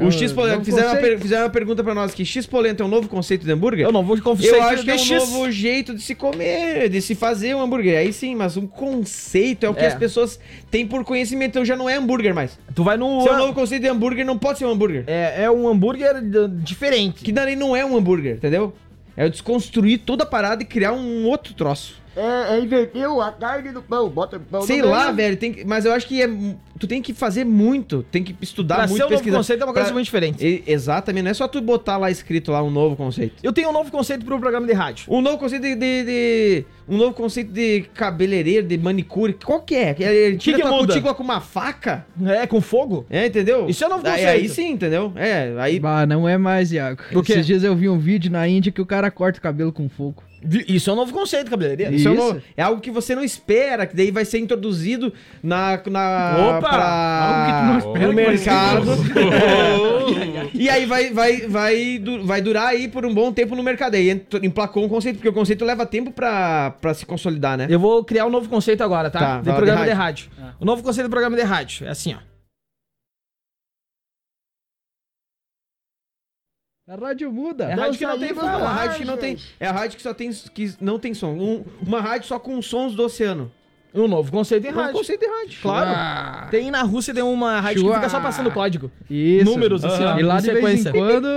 O X polenta.
novo
Fizeram, uma per-
conceito.
fizeram uma pergunta pra nós que X polenta é um novo conceito de hambúrguer?
Eu não vou confessar
Eu acho que é um
DX.
novo jeito de se comer, de se fazer um hambúrguer. Aí sim, mas um conceito é o que
É.
as pessoas têm por conhecimento, então já não é hambúrguer mais.
Tu vai no.
Se é um novo conceito de hambúrguer, não pode ser um hambúrguer.
É, é um hambúrguer d- diferente.
Que daí não é um hambúrguer, entendeu? É eu desconstruir toda a parada e criar um outro troço.
É, é inverteu a carne do pão. Bota o
É,
pão
Sei
no
lá,
meio.
velho, tem que- mas eu acho que é, mu- tu tem que fazer muito, tem que estudar
Pra
muito,
ser um novo
pesquisar.
conceito é uma coisa
Pra-
muito diferente.
E- exatamente, não é só tu botar lá escrito lá um novo conceito.
Eu tenho um novo conceito pro programa de rádio.
Um novo conceito de, de- de- um novo conceito de cabeleireiro, de manicure, qual que é? Ele tira
que
tua
muda?
cutícula com uma faca?
É, com fogo?
É, entendeu?
Isso é novo
Aí- Aí
conceito.
sim, entendeu? É, aí
Bah, não é mais, Iago.
O quê?
Esses dias eu vi um vídeo na Índia que o cara corta o cabelo com fogo.
Vi- Isso é um novo conceito, cabeleireiro.
Isso, É, um
Isso.
novo- é algo que você não espera, que daí vai ser introduzido na. na
Opa!
pra-
Algo que tu não espera
no
que vai
mercado. e aí vai, vai, vai, du- vai durar aí por um bom tempo no mercado. Aí entrou- emplacou um conceito, porque o conceito leva tempo pra, pra se consolidar, né?
Eu vou criar um novo conceito agora, tá?
Tá,
de
vai lá,
programa
de
de rádio. O novo conceito do programa de rádio é assim, ó.
A rádio muda.
É a
Então
rádio que não tem
saímos
fala,
do
a
ar,
rádio que não tem.
gente.
É a rádio que só tem. que não tem som. Um- uma rádio só com sons do oceano.
Um novo conceito em
É um
rádio.
conceito de rádio.
Claro. Tem na Rússia tem uma rádio que fica só passando código.
Isso.
Números, assim, ó,
E lá
em
de vez
sequência.
em quando,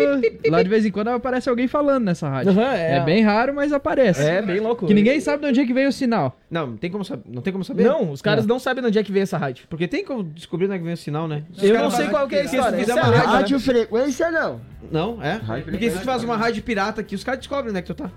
lá de vez em quando aparece alguém falando nessa rádio.
Aham,
é. bem raro, mas aparece.
É bem louco.
Que ninguém sabe de onde é que veio o sinal.
Não, não tem como saber. Não tem como saber.
Não, os caras não sabem de onde é que vem essa rádio.
Porque tem como descobrir onde é que vem o sinal, né? Os
Eu
caras
não
fazem-
sei qual que é a
se
história.
fizer
Isso é
uma
a
rádio,
rádio, né?
Rádio frequência não.
Não, é?
Rádio
Porque se tu faz uma rádio pirata aqui, os caras descobrem onde é que tu tá.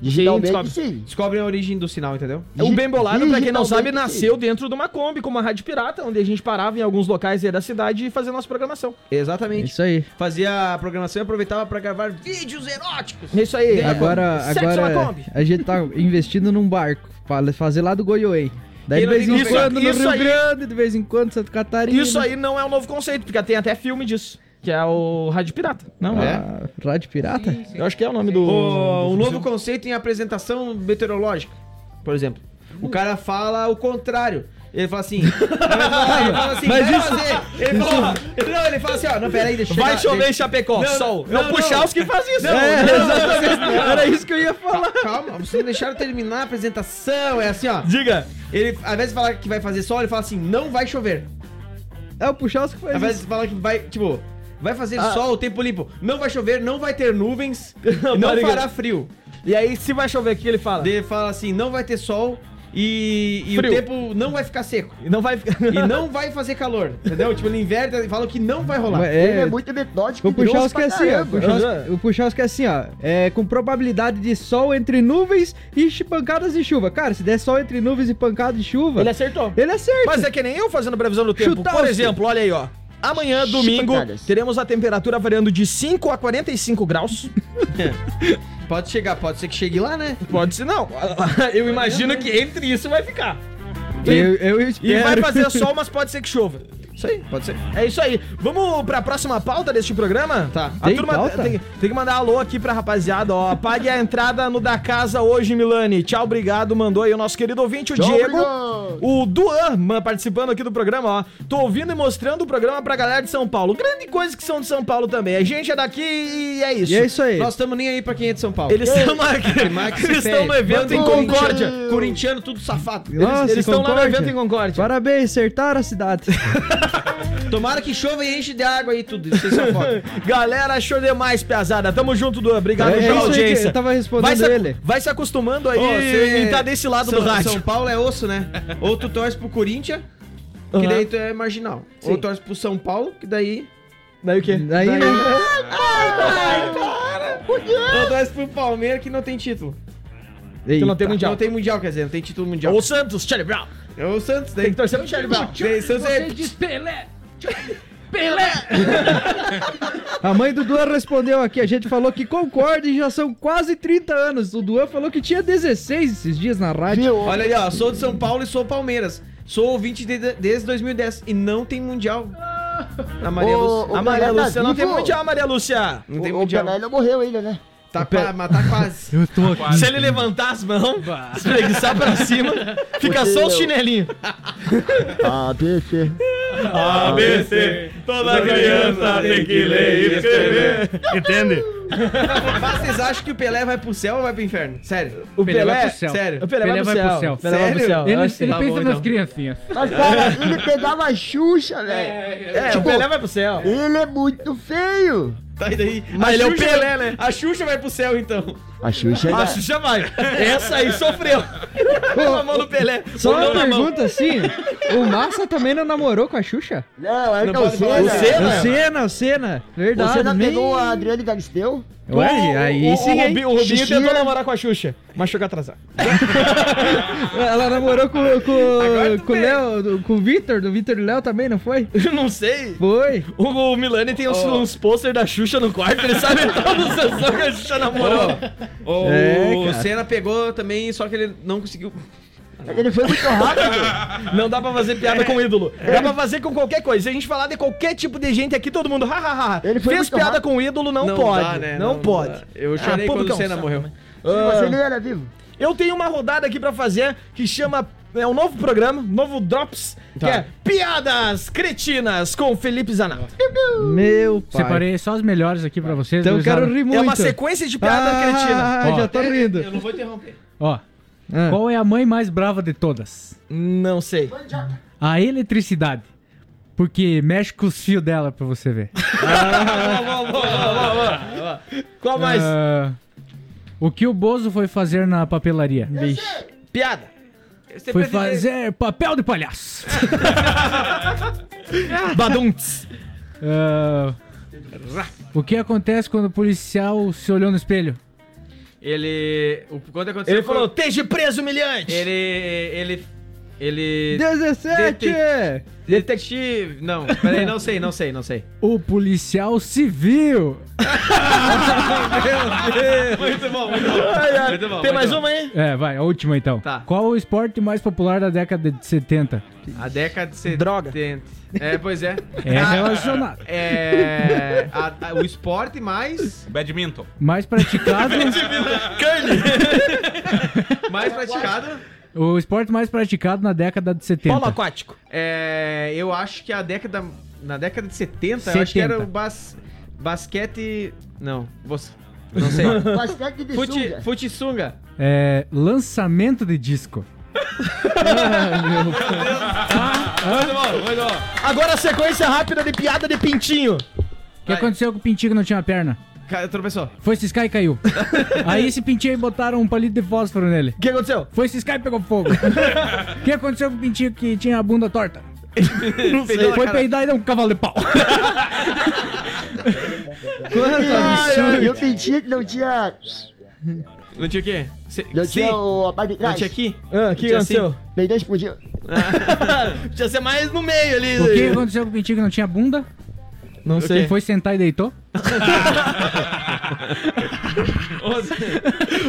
Digitalmente
descobre.
sim.
Descobrem a origem do sinal, entendeu?
O É um Bem Bolado, pra quem não sabe,
Digitalmente,
nasceu dentro de uma Kombi, como uma rádio pirata, onde a gente parava em alguns locais aí da cidade e fazia nossa programação.
É
Exatamente.
isso aí.
Fazia a programação e aproveitava pra gravar vídeos eróticos.
É isso aí.
Agora,
Sexo na
agora
Kombi.
a gente tá investindo num barco. pra Fazer lá do Goiôei. Daí de
Ele
vez em
liga-
quando
isso
no Rio
aí.
Grande, de vez em quando Santa Catarina.
Isso aí não é um novo conceito, porque tem até filme disso, que é o Rádio Pirata. Não, é?
Ah, rádio pirata?
Eu acho que é o nome do.
O, um novo conceito em apresentação meteorológica, por exemplo. O cara fala o contrário. Ele fala assim. Não, ele fala ele fala assim,
Mas
vai
isso-
fazer. Ele fala, não, ele fala assim, ó. Não, peraí, deixa eu
Vai
chegar-
chover em Chapecó,
Não,
sol.
não,
é o
não.
Puchalski que faz isso.
É, exatamente.
Era isso que eu ia falar.
Calma, vocês não deixaram terminar a apresentação. É assim, ó.
Diga.
Ele, ao invés de falar que vai fazer sol, ele fala assim: não vai chover.
É o Puchalski que
Ao
faz
invés
isso.
de falar que vai, tipo, vai fazer
Ah.
sol, tempo limpo. Não vai chover, não vai ter nuvens, não
Mariga.
fará frio.
E aí, se vai chover, o que ele fala?
Ele fala assim: não vai ter sol e, e o
Frio.
tempo não vai ficar seco.
E Não vai ficar.
E não vai fazer calor, entendeu? Tipo, ele inverte e fala que não vai rolar.
Mas
Ele é
É,
muito metódico.
o Puchalski é
grosso pra
assim, ó.
caramba.
Puchalski- O Puchalski é assim, ó. É, com probabilidade de sol entre nuvens e chi- pancadas de chuva. Cara, se der sol entre nuvens e pancadas de chuva, ele,
acertou.
acerta.
é Mas é que nem eu fazendo previsão do tempo.
Chutar
Por
os-
exemplo, olha aí, ó. Amanhã, domingo,
Chicotadas.
teremos a temperatura variando de 5 a 45 graus.
Pode chegar, pode ser que chegue lá, né?
Pode ser, não. Eu imagino que entre isso vai ficar.
Eu, eu
E
espero.
vai fazer sol, mas pode ser que chova. Isso aí, pode ser. É isso aí. Vamos pra próxima pauta deste programa? Tá. A
Tem
turma
pauta?
Tem, tem que mandar alô aqui pra rapaziada, ó. Pague a entrada no da casa hoje, Milani. Tchau, obrigado. Mandou aí o nosso querido ouvinte, o
Tchau,
Diego.
obrigado.
O Duan man, participando aqui do programa, ó. Tô ouvindo e mostrando o programa pra galera de São Paulo. Grande coisa que são de São Paulo também. A gente é daqui e é isso.
E é isso aí.
Nós estamos nem aí pra quem é de São Paulo.
Eles estão
Max
Eles
Pérez.
estão no evento em
Mandou um
Concórdia.
tchau.
Corintiano, tudo safado.
Nossa,
Eles estão lá no
Concórdia.
evento em Concórdia.
Parabéns, acertaram a cidade.
Tomara que chova e enche de água aí tudo. Isso é só foda.
Galera, achou demais, piazada. Tamo junto, Duan. Obrigado
É isso aí
pela
que
audiência.
eu tava respondendo
Tá vai se, acu-
ele.
vai se acostumando aí
Ô, cê-
e tá desse lado
São,
do rádio.
São Paulo é osso, né? Ou tu torce pro Corinthians, que
Aham.
daí tu é marginal. Ou
Sim.
tu torce pro São Paulo, que daí.
Daí o quê?
Daí, né?
Ou torce pro Palmeiras, que não tem título. Tá,
Tu não tem mundial.
Não tem mundial, quer dizer, não tem título mundial.
Ou Santos, Charlie Brown.
É o Santos, daí.
Tem que torcer pro Charlie Brown.
Daí Santos é.
A mãe do Duan respondeu aqui. A gente falou que concorda e já são quase 30 anos. O Duan falou que tinha 16 esses dias na rádio.
Viu?
Olha aí, ó. Sou de São Paulo e sou Palmeiras. Sou ouvinte de- desde 2010 e não tem mundial. A Maria
Ô,
Lúcia.
ô,
A
Maria
Pelé tá
Lúcia, não tem
vivo?
mundial, Maria Lúcia.
Não tem
o, o
mundial.
Pelé não morreu ainda, né?
Tá, pra, mas tá quase.
Eu tô aqui.
Se ele levantar as mãos, espreguiçar pra cima, fica
Porque
só o
eu-
chinelinho.
Ah, BC.
ABC, toda criança tem que ler e escrever. Entende?
Mas vocês acham que o Pelé vai pro céu ou vai pro inferno? Sério.
O
Pelé vai pro céu.
Sério.
O Pelé, vai pro céu. O Pelé vai pro
Sério?
céu.
Ele,
Acho que
ele
tá
pensa
bom,
nas
então.
criancinhas.
Mas, cara, ele pegava a Xuxa, velho.
É, o Pelé vai pro céu.
Ele é muito feio.
Tá, e daí?
Mas
A
ele é o
Xuxa
Pelé,
vai-
né? Tá.
A Xuxa vai pro céu, então.
A Xuxa era...
A Xuxa vai. Essa aí sofreu. a mão do Pelé.
Só
Mão
uma
na mão.
pergunta assim: o Massa também não namorou com a Xuxa?
Não, é era
Não pode falar
calceira.
isso. Você- Não.
O Senna, o Senna. Verdade.
Você né? não
nem-
pegou a Adriane Galisteu?
Ué, aí
o,
sim,
o,
hein?
Rubi- o Rubinho
Xixi.
tentou namorar com a Xuxa, mas chegou atrasado.
Ela namorou com, com,
tu
com o
vê.
Léo, do- com o Vitor, do Vitor e Léo também, não foi?
Eu não sei.
Foi.
O, o Milani tem uns, uns pôster da Xuxa no quarto, ele sabe todas as pessoas que a Xuxa namorou.
O,
É,
o
cara.
Senna pegou também, só que ele não conseguiu.
Ele foi muito rápido.
Não dá pra fazer piada com ídolo. Dá pra fazer com qualquer coisa. Se a gente falar de qualquer tipo de gente aqui, todo mundo, hahaha.
Ele foi
Fez
muito
piada
rápido.
com ídolo, não, pode.
dá, né?
Não, pode.
dá. Eu chorei
Ah,
quando
público é
o
um
Senna
saco,
morreu.
Você nem era vivo.
Eu tenho uma rodada aqui pra fazer que chama. É um novo programa, novo Drops,
Tá.
que é Piadas Cretinas com Felipe Zanato.
Meu pai.
Separei só as melhores aqui pra vocês.
Então eu
dois
quero
lados.
rir muito.
É uma sequência de piada cretina.
Ah,
Ó.
já tô rindo.
não vou interromper.
Ó,
Ah.
qual é a mãe mais brava de todas?
Não sei.
A eletricidade. Porque mexe com os fios dela pra você ver.
Ah.
Qual mais?
Ah, o que o Bozo foi fazer na papelaria?
Piada.
Você
Foi
foi
fazer papel de palhaço.
Baduntz.
Ah, o que acontece quando o policial se olhou no espelho?
Ele. O, quando aconteceu.
Ele falou,
foi-
esteja preso, humilhante.
Ele. Ele. Ele.
17!
Detetive. Não, peraí, não sei, não sei, não sei.
O policial civil.
Muito bom, muito bom.
Ai, ai.
Muito bom,
Tem
muito
mais
bom.
uma aí?
É, vai, a última então.
Tá.
Qual o esporte mais popular da década de 70?
A década de 70.
Droga.
É, pois é.
É
Ah,
né?
relacionado.
É. a- a- o esporte mais.
Badminton.
Mais praticado.
Curly.
Mais praticado.
O esporte mais praticado na década de 70.
Polo aquático.
É, eu acho que a década. Na década de 70, eu acho que
70.
era o bas, basquete. Não, você. Não sei.
Basquete de
Fute,
sunga.
futissunga.
É, lançamento de disco.
Agora a sequência rápida de piada de pintinho.
O que aconteceu com o pintinho que não tinha perna?
Cara, tropeçou.
Foi ciscar e caiu. Aí esse pintinho aí botaram um palito de fósforo nele.
O que aconteceu?
Foi ciscar e pegou fogo. O que aconteceu com o pintinho que tinha a bunda torta?
Peidou na
Foi
cara.
peidar e deu um cavalo de pau. é,
Ah, eu pedi que não tinha.
Não tinha o quê? Se,
Não
sim?
tinha o a parte de
Não
trás.
tinha aqui?
Ah, o que
Tinha assim.
aconteceu?
Peidou e explodiu.
Tinha ser mais no meio ali.
O que aconteceu com o pintinho que não tinha bunda?
Não sei.
Foi sentar e deitou?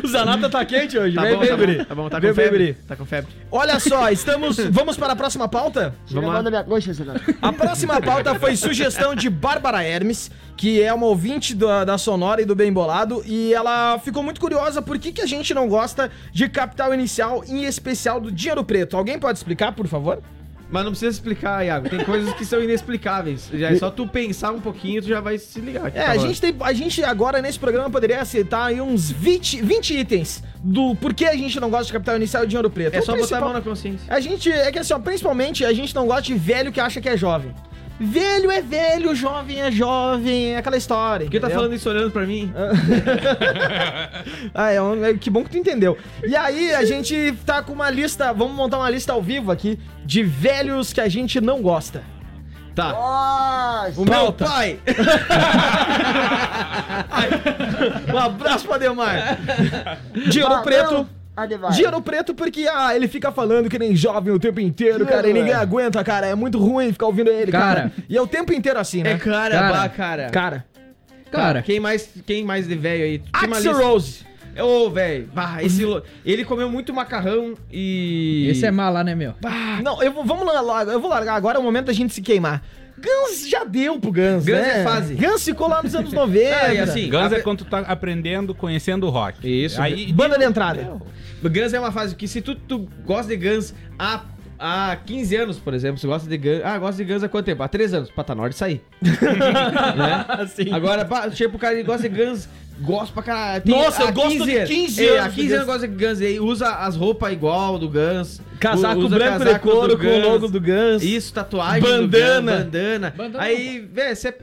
O Zanata tá quente hoje.
Tá
Vem,
bom,
vem,
tá
Bri.
bom, tá bom, tá
Vem,
com
vem,
febre.
Bri.
Tá com febre.
Olha só, estamos. Vamos para a próxima pauta?
Tira a mão da minha coxa, senador.
A próxima pauta foi sugestão de Bárbara Hermes, que é uma ouvinte da, da Sonora e do Bem Bolado, e ela ficou muito curiosa por que, que a gente não gosta de capital inicial, em especial do Dinheiro Preto. Alguém pode explicar, por favor?
Mas não precisa explicar, Iago. Tem coisas que são inexplicáveis. Já é só tu pensar um pouquinho, tu já vai se ligar. Tá
É, a gente, tem, a gente agora nesse programa poderia aceitar aí uns 20, 20 itens do por que a gente não gosta de capital inicial e dinheiro preto.
É
O
só botar a
principal-
mão na consciência.
A gente, é que assim, ó, principalmente a gente não gosta de velho que acha que é jovem. Velho é velho, jovem é jovem, é aquela história.
Por que tá
entendeu?
falando isso olhando pra mim?
Ah, é um- é- que bom que tu entendeu. E aí, a gente tá com uma lista, vamos montar uma lista ao vivo aqui de velhos que a gente não gosta.
Tá.
Nossa!
O meu pai! um abraço pra Demar. Dinheiro
Valeu,
é preto.
Ademar.
Dinheiro preto porque ah, ele fica falando que nem jovem o tempo inteiro, cara. E ninguém aguenta, cara. É muito ruim ficar ouvindo ele, cara.
Cara.
E é o tempo inteiro assim, né?
cara,
Cara.
bah, cara.
Cara,
Cara,
Quem mais, quem mais de velho aí? Tem uma
Axel
lista.
Rose.
Ô, velho. bah, esse lo- Ele comeu muito macarrão e.
esse é mala, né, meu?
Não, eu vou, vamos lá, lá, eu vou largar agora, é o momento da gente se queimar. Guns já deu pro Guns,
Guns
né?
é fase.
Guns ficou lá nos anos 90.
Ah, e assim,
Guns é
a-
quando tu tá aprendendo, conhecendo o rock.
Isso.
Aí,
Banda de entrada.
Guns é uma fase que se tu, tu gosta de Guns há, há 15 anos, por exemplo, se gosta de Guns. Ah, gosta de Guns há quanto tempo? Há 3 anos. Pá, tá na hora de sair. né?
Assim.
Agora, pá, tipo, o cara ele gosta de Guns. Gosto pra caralho.
Nossa, eu
há
gosto de
anos.
15
É, Há
anos do
15 anos
Guns.
gosta de Guns. E aí usa as roupas igual do Guns.
Casaco
usa
branco de
casaco do
couro com o
Guns.
logo do Guns.
Isso, tatuagem.
Bandana.
Do Guns, bandana. Aí, velho, você.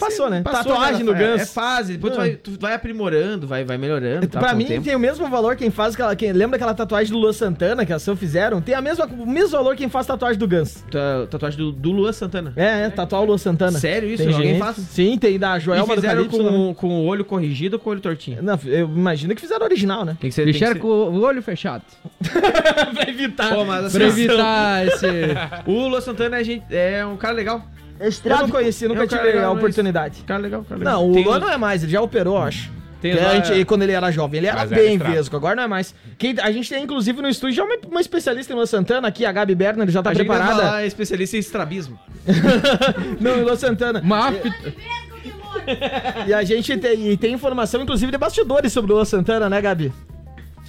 Passou, né? Tatuagem
Tatuagem
do
do
Guns.
É fase. Depois tu,
Ah.
vai, tu vai aprimorando, vai, vai melhorando. tá,
pra
com o
mim
tempo.
tem o mesmo valor quem faz aquela. Quem, lembra aquela tatuagem do Luan Santana que a Sam fizeram? Tem a mesma, o mesmo valor quem faz tatuagem do Guns.
Ta- é tatuagem do, do Luan Santana.
É, é tatuar o Luan Santana.
Sério isso?
Tem
Alguém
gente-
faz?
Sim, tem da
E
Joelma do
fizeram
Calypso. né?
com, com o olho corrigido ou com o olho tortinho?
Não, eu imagino que fizeram original, né?
Tem que ser. tem que
Deixaram
ser-
com o olho fechado.
pra evitar.
Pô, mas assim,
Pra evitar esse.
o Luan Santana é, gente, é um cara legal.
Eu não
Estrado.
conheci, nunca
Eu quero
tive a
legal, mas-
oportunidade.
Cara legal, um cara legal.
Não, o
Tem
Luan
os-
não é mais, ele já operou, eu acho.
Tem
Que
lá- é.
a gente- e quando ele era jovem, ele era
Mas era
bem
estrada.
vesgo, agora não é mais. Quem, a gente tem, inclusive, no estúdio já uma, uma especialista em Luan Santana aqui, a Gabi Berner, já tá
a gente vai
preparada.
falar especialista em estrabismo.
Não, em Luan Santana.
Uma aptidão.
E a gente tem, e tem informação, inclusive, de bastidores sobre o Luan Santana, né, Gabi?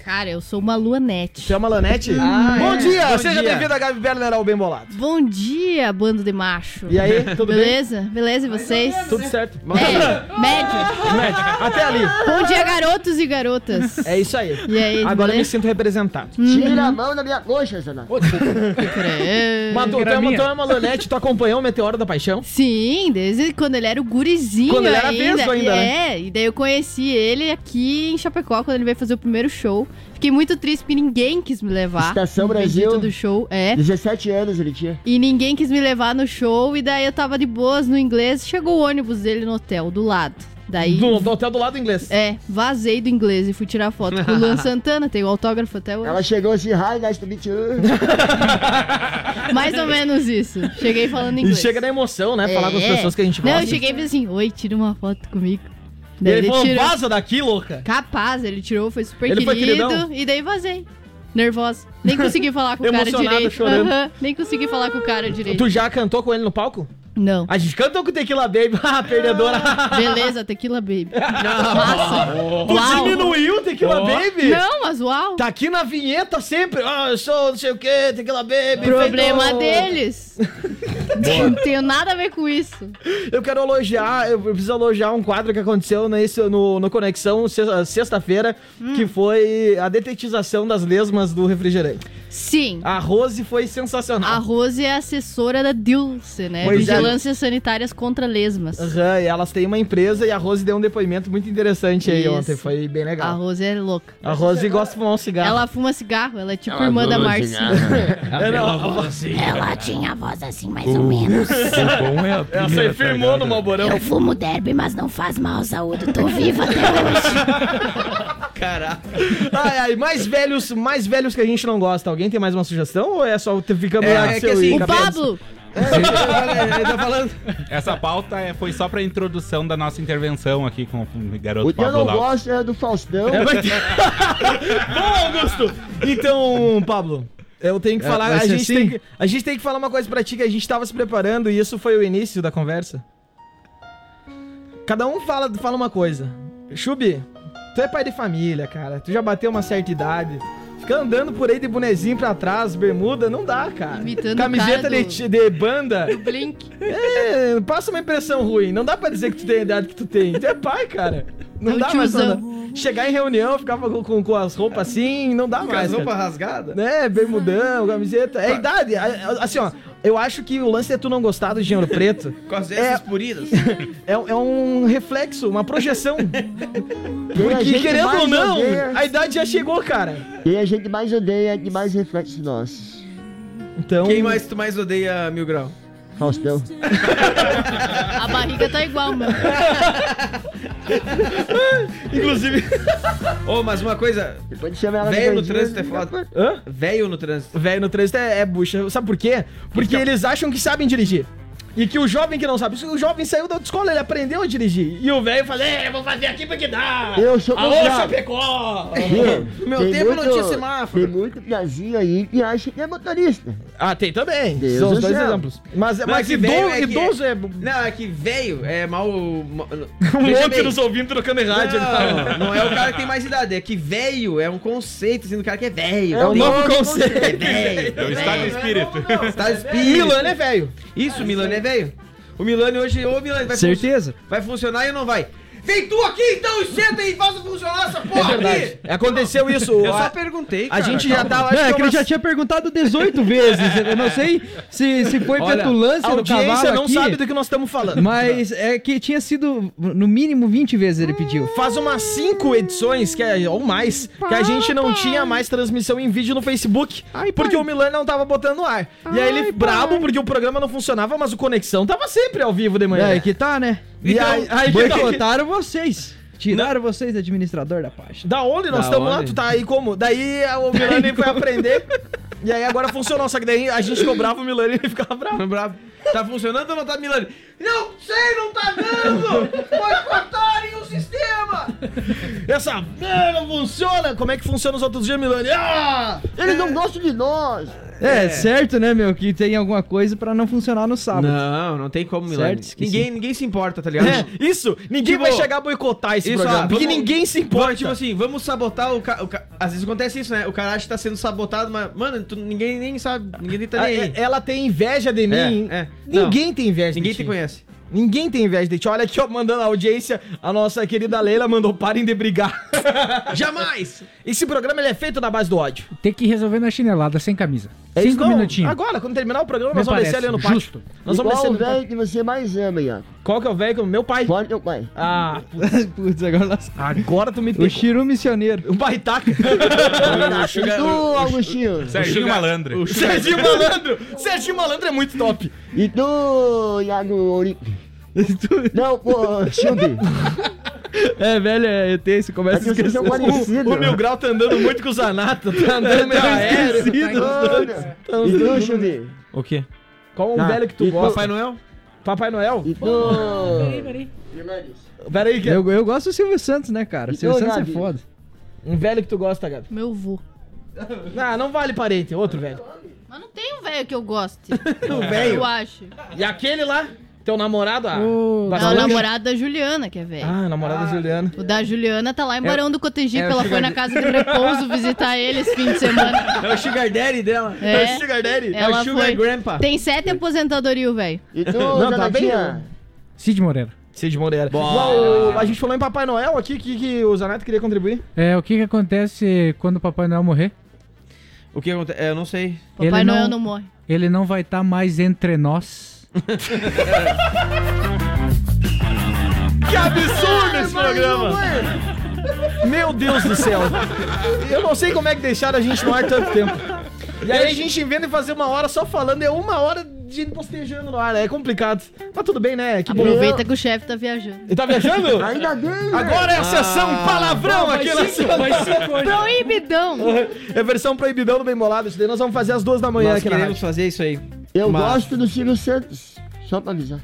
Cara, eu sou uma Luanete.
Chama a Lanete. bom
é.
dia,
Bom
seja
dia.
bem-vinda, Gabi Berner, ao Bem Bolado.
Bom dia, bando de macho.
E aí, tudo bem?
Beleza? Beleza, e vocês?
Tudo certo.
É, médio.
Lanete, Até ali.
Bom dia, garotos e garotas.
É isso aí.
E aí, né?
Agora eu me
beleza?
sinto representado.
Tira a mão da minha coxa, senador.
É.
Mas tu, tu, é uma,
graminha.
tu é uma Lanete, tu acompanhou o Meteoro da Paixão?
Sim, desde quando ele era o gurizinho
Quando ele era
ainda.
vesgo ainda,
e,
né?
É, e daí eu conheci ele aqui em Chapecó, quando ele veio fazer o primeiro show. Fiquei muito triste porque ninguém quis me levar.
Estação
no
Brasil.
bendito do show, é.
17 anos ele tinha.
E ninguém quis me levar no show, e daí eu tava de boas no inglês. Chegou o ônibus dele no hotel, do lado. Daí
Do, do hotel do lado inglês.
É, vazei do inglês e fui tirar foto com o Luan Santana, tem o autógrafo até hoje.
Ela chegou assim, hi, nice to meet you.
Mais ou menos isso. Cheguei falando
E
inglês.
chega na emoção, né? Falar com as
É.
pessoas que a gente
Não,
gosta.
eu cheguei e falei assim: oi, tira uma foto comigo.
E
Daí
ele
ele
falou,
tirou.
vaza daqui, louca.
Capaz, ele tirou, foi super
Ele foi
querido.
queridão?
e daí vazei. Nervosa. Nem consegui falar com o cara
Emocionada,
direito.
chorando.
Aham, nem consegui falar com o cara direito.
Tu já cantou com ele no palco?
Não.
A gente cantou com Tequila Baby, ah, perdedora.
Beleza, Tequila Baby. Massa.
Tu
Uau.
diminuiu o Tequila Baby?
Não, mas uau.
Tá aqui na vinheta sempre. Ah, eu sou não sei o que, Tequila Baby.
Problema
feito-
deles. Não tenho nada a ver com isso.
Eu quero elogiar, eu preciso elogiar um quadro que aconteceu nesse, no, no Conexão se- ah, sexta-feira,
Hum.
que foi a detetização das lesmas do refrigerante.
Sim.
A Rose foi
A
sensacional.
Rose é assessora da Dilce, né?
Pois é.
Vigilâncias sanitárias contra lesmas.
Aham, e elas têm uma empresa e a Rose deu um depoimento muito interessante aí
Isso.
ontem, foi bem
A
legal.
Rose é louca.
A Rose gosta de fumar um cigarro.
Ela fuma cigarro, ela é tipo irmã da Marcia.
É, não,
Ela tinha voz assim, mais ou menos.
ela se É, firmou no Malborão.
Eu fumo derby, mas não faz mal à saúde. Tô viva até hoje.
Ai, ai, mais velhos, mais velhos que a gente não gosta. Alguém tem mais uma sugestão ou é só te ficando
É,
lá com
é
seu
que assim,
ícone? É,
O Pablo!
Ele tá falando.
Essa pauta é- foi só pra introdução da nossa intervenção aqui com o garoto
O que eu
Pablo
não
Lau.
gosto é do Faustão.
Bom, Augusto! Então, Pablo, eu tenho que
É,
falar.
vai
a,
ser
gente tem
assim?
que, a gente tem que falar uma coisa pra ti que a gente tava se preparando e isso foi o início da conversa. Cada um fala, fala uma coisa. Chubi, tu é pai de família, cara. Tu já bateu uma certa idade. Ficar andando por aí de bonezinho pra trás, bermuda, não dá, cara.
Imitando o
Camiseta
cara
de,
do-
ti- de banda.
Blink.
É, passa uma impressão ruim. Não dá pra dizer que tu tem a idade que tu tem. Tu é pai, cara. Não
É o
dá mais.
tiozão.
não. Chegar em reunião, ficava com, com, com as roupas assim, não dá mais. cara.
rasgada?
Né, bermudão, camiseta. É idade. A- a- Assim, ó, eu acho que o lance de tu não gostar do dinheiro preto
Com as
vestes
puridas.
é, é um reflexo, uma projeção.
Quem a
Porque,
gente
querendo
mais
ou não,
odeia-
a idade já chegou, cara.
Quem a gente mais odeia, que mais reflete nós.
Então.
tu mais odeia, Mil Grau?
Faustão.
A barriga tá igual, mano.
Inclusive.
Ô, mas uma coisa,
Depois de chamar ela de
velho no
gordinha,
trânsito é foda.
né? Hã?
Velho no trânsito.
Velho, no trânsito é, é bucha. Sabe por quê? Porque eles acham que é? sabem dirigir. E que o jovem que não sabe, o jovem saiu da outra escola, ele aprendeu a dirigir. E o velho fala, é, eu vou fazer aqui porque dá.
Eu sou
Alô,
contrário.
Chapecó!
Viu?
Meu
Tem
tempo não
muito-
tinha semáforo.
Tem muito piazinho aí que acha que é motorista.
Ah, tem também.
Deus
São os
do
dois
céu.
exemplos. Mas, mas,
que
idoso,
velho é que é-
idoso é...
Não, é que velho é mal. ma-
Um
Veja
monte
bem.
nos ouvindo trocando errado. ele fala.
Não, não é o cara que tem mais idade, é que velho é um conceito, assim, do cara que é velho.
É um
tem-
novo conceito.
É velho.
né?
É o estado de espírito.
Tá
Milano é velho.
Isso, o Milano é velho. O Milano hoje, ô Milano, vai, fun-
Certeza.
vai funcionar e não vai. Vem tu aqui então e senta e faça funcionar essa porra
É verdade.
aqui.
Aconteceu isso.
Eu
a,
só perguntei,
a
cara.
gente já tá tava...
Calma.
acho
Não, é que
umas-
ele já tinha... tinha
perguntado 18 vezes.
Eu não sei
se, se foi
Olha,
petulância
petulância
a
do
audiência
cavalo
não
aqui.
sabe do que nós estamos falando.
Mas é que tinha sido, no mínimo, 20 vezes ele pediu.
Faz umas cinco edições, que é, ou mais, que a gente não tinha mais transmissão em vídeo no Facebook, porque o Milan não tava botando no ar. e aí ele, brabo, porque o programa não funcionava, mas o Conexão tava sempre ao vivo de manhã.
É, que tá, né?
E aí- aí que tá-
boicotaram vocês. Tiraram vocês, administrador da página.
Da onde nós
Da
estamos lá?
onde?
Tu tá aí como? Daí a- o Milani foi aprender. E aí agora funcionou, só que daí a gente ficou bravo, o Milani ficava bravo.
Bravo. Tá funcionando ou não tá, Milano? Não sei, não tá dando! Boicotarem o sistema!
Essa merda não funciona! Como é que funciona os outros dias, Milani? Ah!
Eles não gostam de nós.
É,
certo, né, meu? Que tem alguma coisa pra não funcionar no
Ah,
sábado.
Não, não tem como, Milano.
Certo, esqueci.
Ninguém, ninguém se importa, tá ligado?
É, isso! Ninguém
Tipo,
vai chegar a boicotar esse
isso,
programa,
ah,
porque
vamos-
ninguém se
Bora,
importa.
tipo assim, vamos sabotar o, ca... o ca- Às vezes acontece isso, né? O cara acha que tá sendo sabotado, mas, mano, tu- ninguém nem sabe, ninguém tá
Ah,
nem
é-
aí.
Ela tem inveja de mim.
É, é.
Ninguém tem inveja
Ninguém
de ti.
te conhece.
Ninguém tem inveja de ti. Olha aqui, ó, mandando a audiência, a nossa querida Leila mandou parem de brigar.
Jamais!
Esse programa ele é feito na base do ódio.
Tem que resolver na chinelada sem camisa.
É isso,
Cinco
não?
minutinhos.
Agora, quando terminar o programa,
Me
nós vamos
parece
descer ali no pátio.
justo.
Nós vamos
Qual
descer
o
no pátio.
velho que você mais ama, Iago?
Qual que é o velho? que é o Meu pai.
Fora teu pai.
Ah,
Putz, agora nós...
agora tu me
O
pegou.
Chiru Missioneiro.
O baitaca.
E tu, Augustinho?
Serginho Malandro.
é
Serginho Malandro. Serginho Malandro é muito top.
E tu, Iago Ourique? Não, pô, Chumbi.
É, velho, é ET, você
É
começa
que vocês são
um
parecidos.
O Mil Grau tá andando muito com o Zanata. Tá andando meio aéreo. Tá
Olha. E tu, Chumbi?
O quê?
Qual o
Ah,
velho que tu
e
gosta?
Papai Noel?
Papai Noel?
E tu...
Peraí, que...
Eu, eu gosto do Silvio Santos, né, cara? O
E tu,
Silvio Santos é
Gabi?
foda.
um velho que tu gosta, Gabi.
Meu vô.
Ah, não vale parente, outro velho.
Mas não tem um velho que eu goste.
O velho.
Eu acho.
E aquele lá? Teu namorado? Ah,
É o namorado da Juliana, que é velho.
Ah, namorado da Juliana.
O da Juliana tá lá em
É-
Barão do Cotegipe.
é o
ela foi na
Sugar-
casa do Repouso visitar ele esse fim de semana.
É o Sugar Daddy dela.
É.
o Sugar Daddy. é
Ela
o Sugar
foi-
Grandpa.
Tem sete aposentadorias, velho.
Não, tá bem.
Cid Moreira.
Cid Moreira. Uau, a gente falou em Papai Noel aqui, que, que o Zanato queria contribuir.
É, o que que acontece quando o Papai Noel morrer?
O que acontece? É, eu não sei.
Papai
Ele
Noel não... morre.
Ele não vai estar mais entre nós.
Que absurdo esse programa!
Meu Deus do céu. Eu não sei como é que deixaram a gente no ar tanto tempo. E aí a gente inventa em fazer uma hora só falando, é uma hora de gente postejando no ar, é complicado. Mas tudo bem, né? Que bom.
Aproveita que o chefe tá viajando.
Ele tá viajando? Ainda
né?
bem, Agora é a sessão palavrão
Vai
aqui
cinco,
na
vai cinco hoje. Proibidão.
É a versão proibidão do Bem Bolado, isso daí nós vamos fazer às duas da manhã
Nós
aqui na
queremos
rádio. fazer isso aí.
Eu
Mas-
gosto do Silvio Santos. Só pra avisar.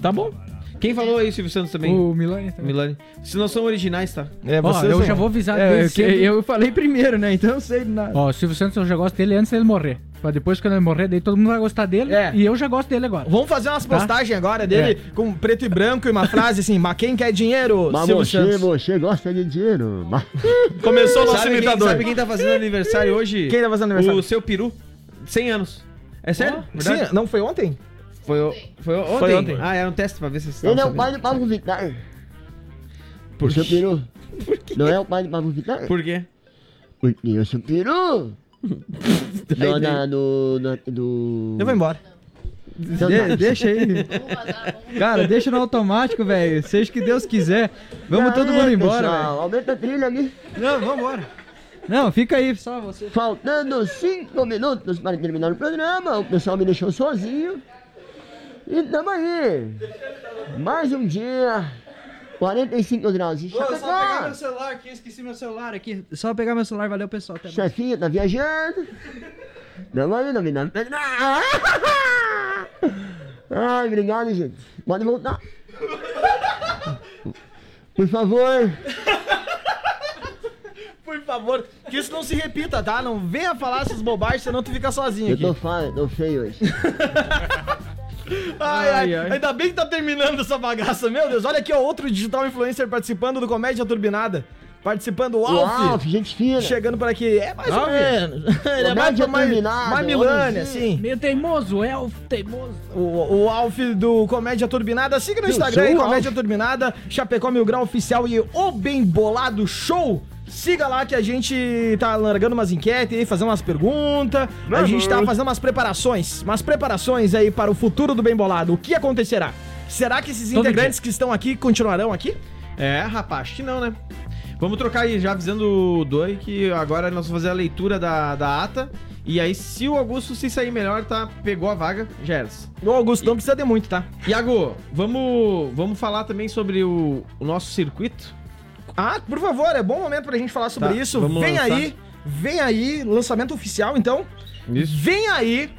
Tá bom. Quem falou aí, Silvio Santos também?
O Milani também.
Milani. Se não são originais, tá?
Ó, eu já vou avisar
É,
desde
que
cedo.
eu falei primeiro, né? Então eu sei de nada.
Ó, o Silvio Santos eu já gosto dele antes dele morrer. Pra depois, quando ele morrer, daí todo mundo vai gostar dele.
É.
E eu já gosto dele agora.
Vamos fazer umas
Tá?
postagens agora dele com preto e branco e uma frase assim, mas quem quer dinheiro?
Mas
Silvio
você,
Santos.
você gosta de dinheiro. Mas...
Começou o nosso
Sabe quem-
imitador.
sabe quem tá fazendo
aniversário hoje? Quem tá fazendo aniversário? O seu peru. 100 anos. É sério?
verdade?
Sim, não foi ontem? Foi, foi ontem.
Foi ontem.
Ah, era um teste pra ver se você
Ele é o pai do Pablo Vittar.
Por
eu sou peru. Não é o pai do Pablo Vittar?
Por quê?
Porque eu sou peru. Não, na, no, na, do... Então tá.
Eu vou embora.
De- deixa aí. Cara, deixa no automático, velho. Seja o que Deus quiser. Vamos
Não,
todo
aí,
mundo embora,
pessoal,
velho.
Aumenta a trilha ali.
Não, vamos embora. Não, fica aí, só você.
Faltando cinco minutos para terminar o programa, o pessoal me deixou sozinho. E tamo aí. Mais um dia. 45 graus. em Chapecó.
celular aqui, esqueci meu celular aqui. Só pegar meu celular, valeu pessoal. Até mais.
Chefinha tá viajando. Não vai não me dá. Ai, obrigado, gente. Pode voltar. Por favor.
Por favor, que isso não se repita, tá? Não venha falar essas bobagens, senão tu fica sozinho
Eu
aqui.
tô, fa... tô feio hoje.
Ai, ai,
Ai, ai.
Ainda bem que tá terminando essa bagaça, meu Deus. Olha aqui, ó, outro digital influencer participando do Comédia Turbinada. Participando, o
O
Alf.
Alf, gente fina.
Chegando por aqui. É mais ou
Alf.
menos. Ele é mais,
Comédia
mais,
Turbinada,
mais Milane,
homenzinho.
assim.
Meio teimoso, elfo teimoso.
O, o Alf do Comédia Turbinada. Siga no
Eu
Instagram
sou
aí,
o Alf.
Comédia Turbinada, Chapecó Mil Grau Oficial e O Bem Bolado Show. Siga lá que a gente tá largando umas enquetes aí, fazendo umas perguntas. A
Vamos.
gente tá fazendo umas preparações, umas preparações aí para o futuro do Bem Bolado. O que acontecerá? Será que esses
Todo
integrantes que estão aqui continuarão aqui? É, rapaz, que não, né? Vamos trocar aí, já avisando o Doi que agora nós vamos fazer a leitura da, da ata. E aí, se o Augusto se sair melhor, tá? Pegou a vaga, já era. O Augusto não precisa de muito, tá? Iago, vamos, vamos falar também sobre o, o nosso circuito? Ah, por favor, é bom momento pra gente falar sobre
Tá,
isso.
vamos
Vem
lançar.
aí, vem aí, lançamento oficial então. Vem aí,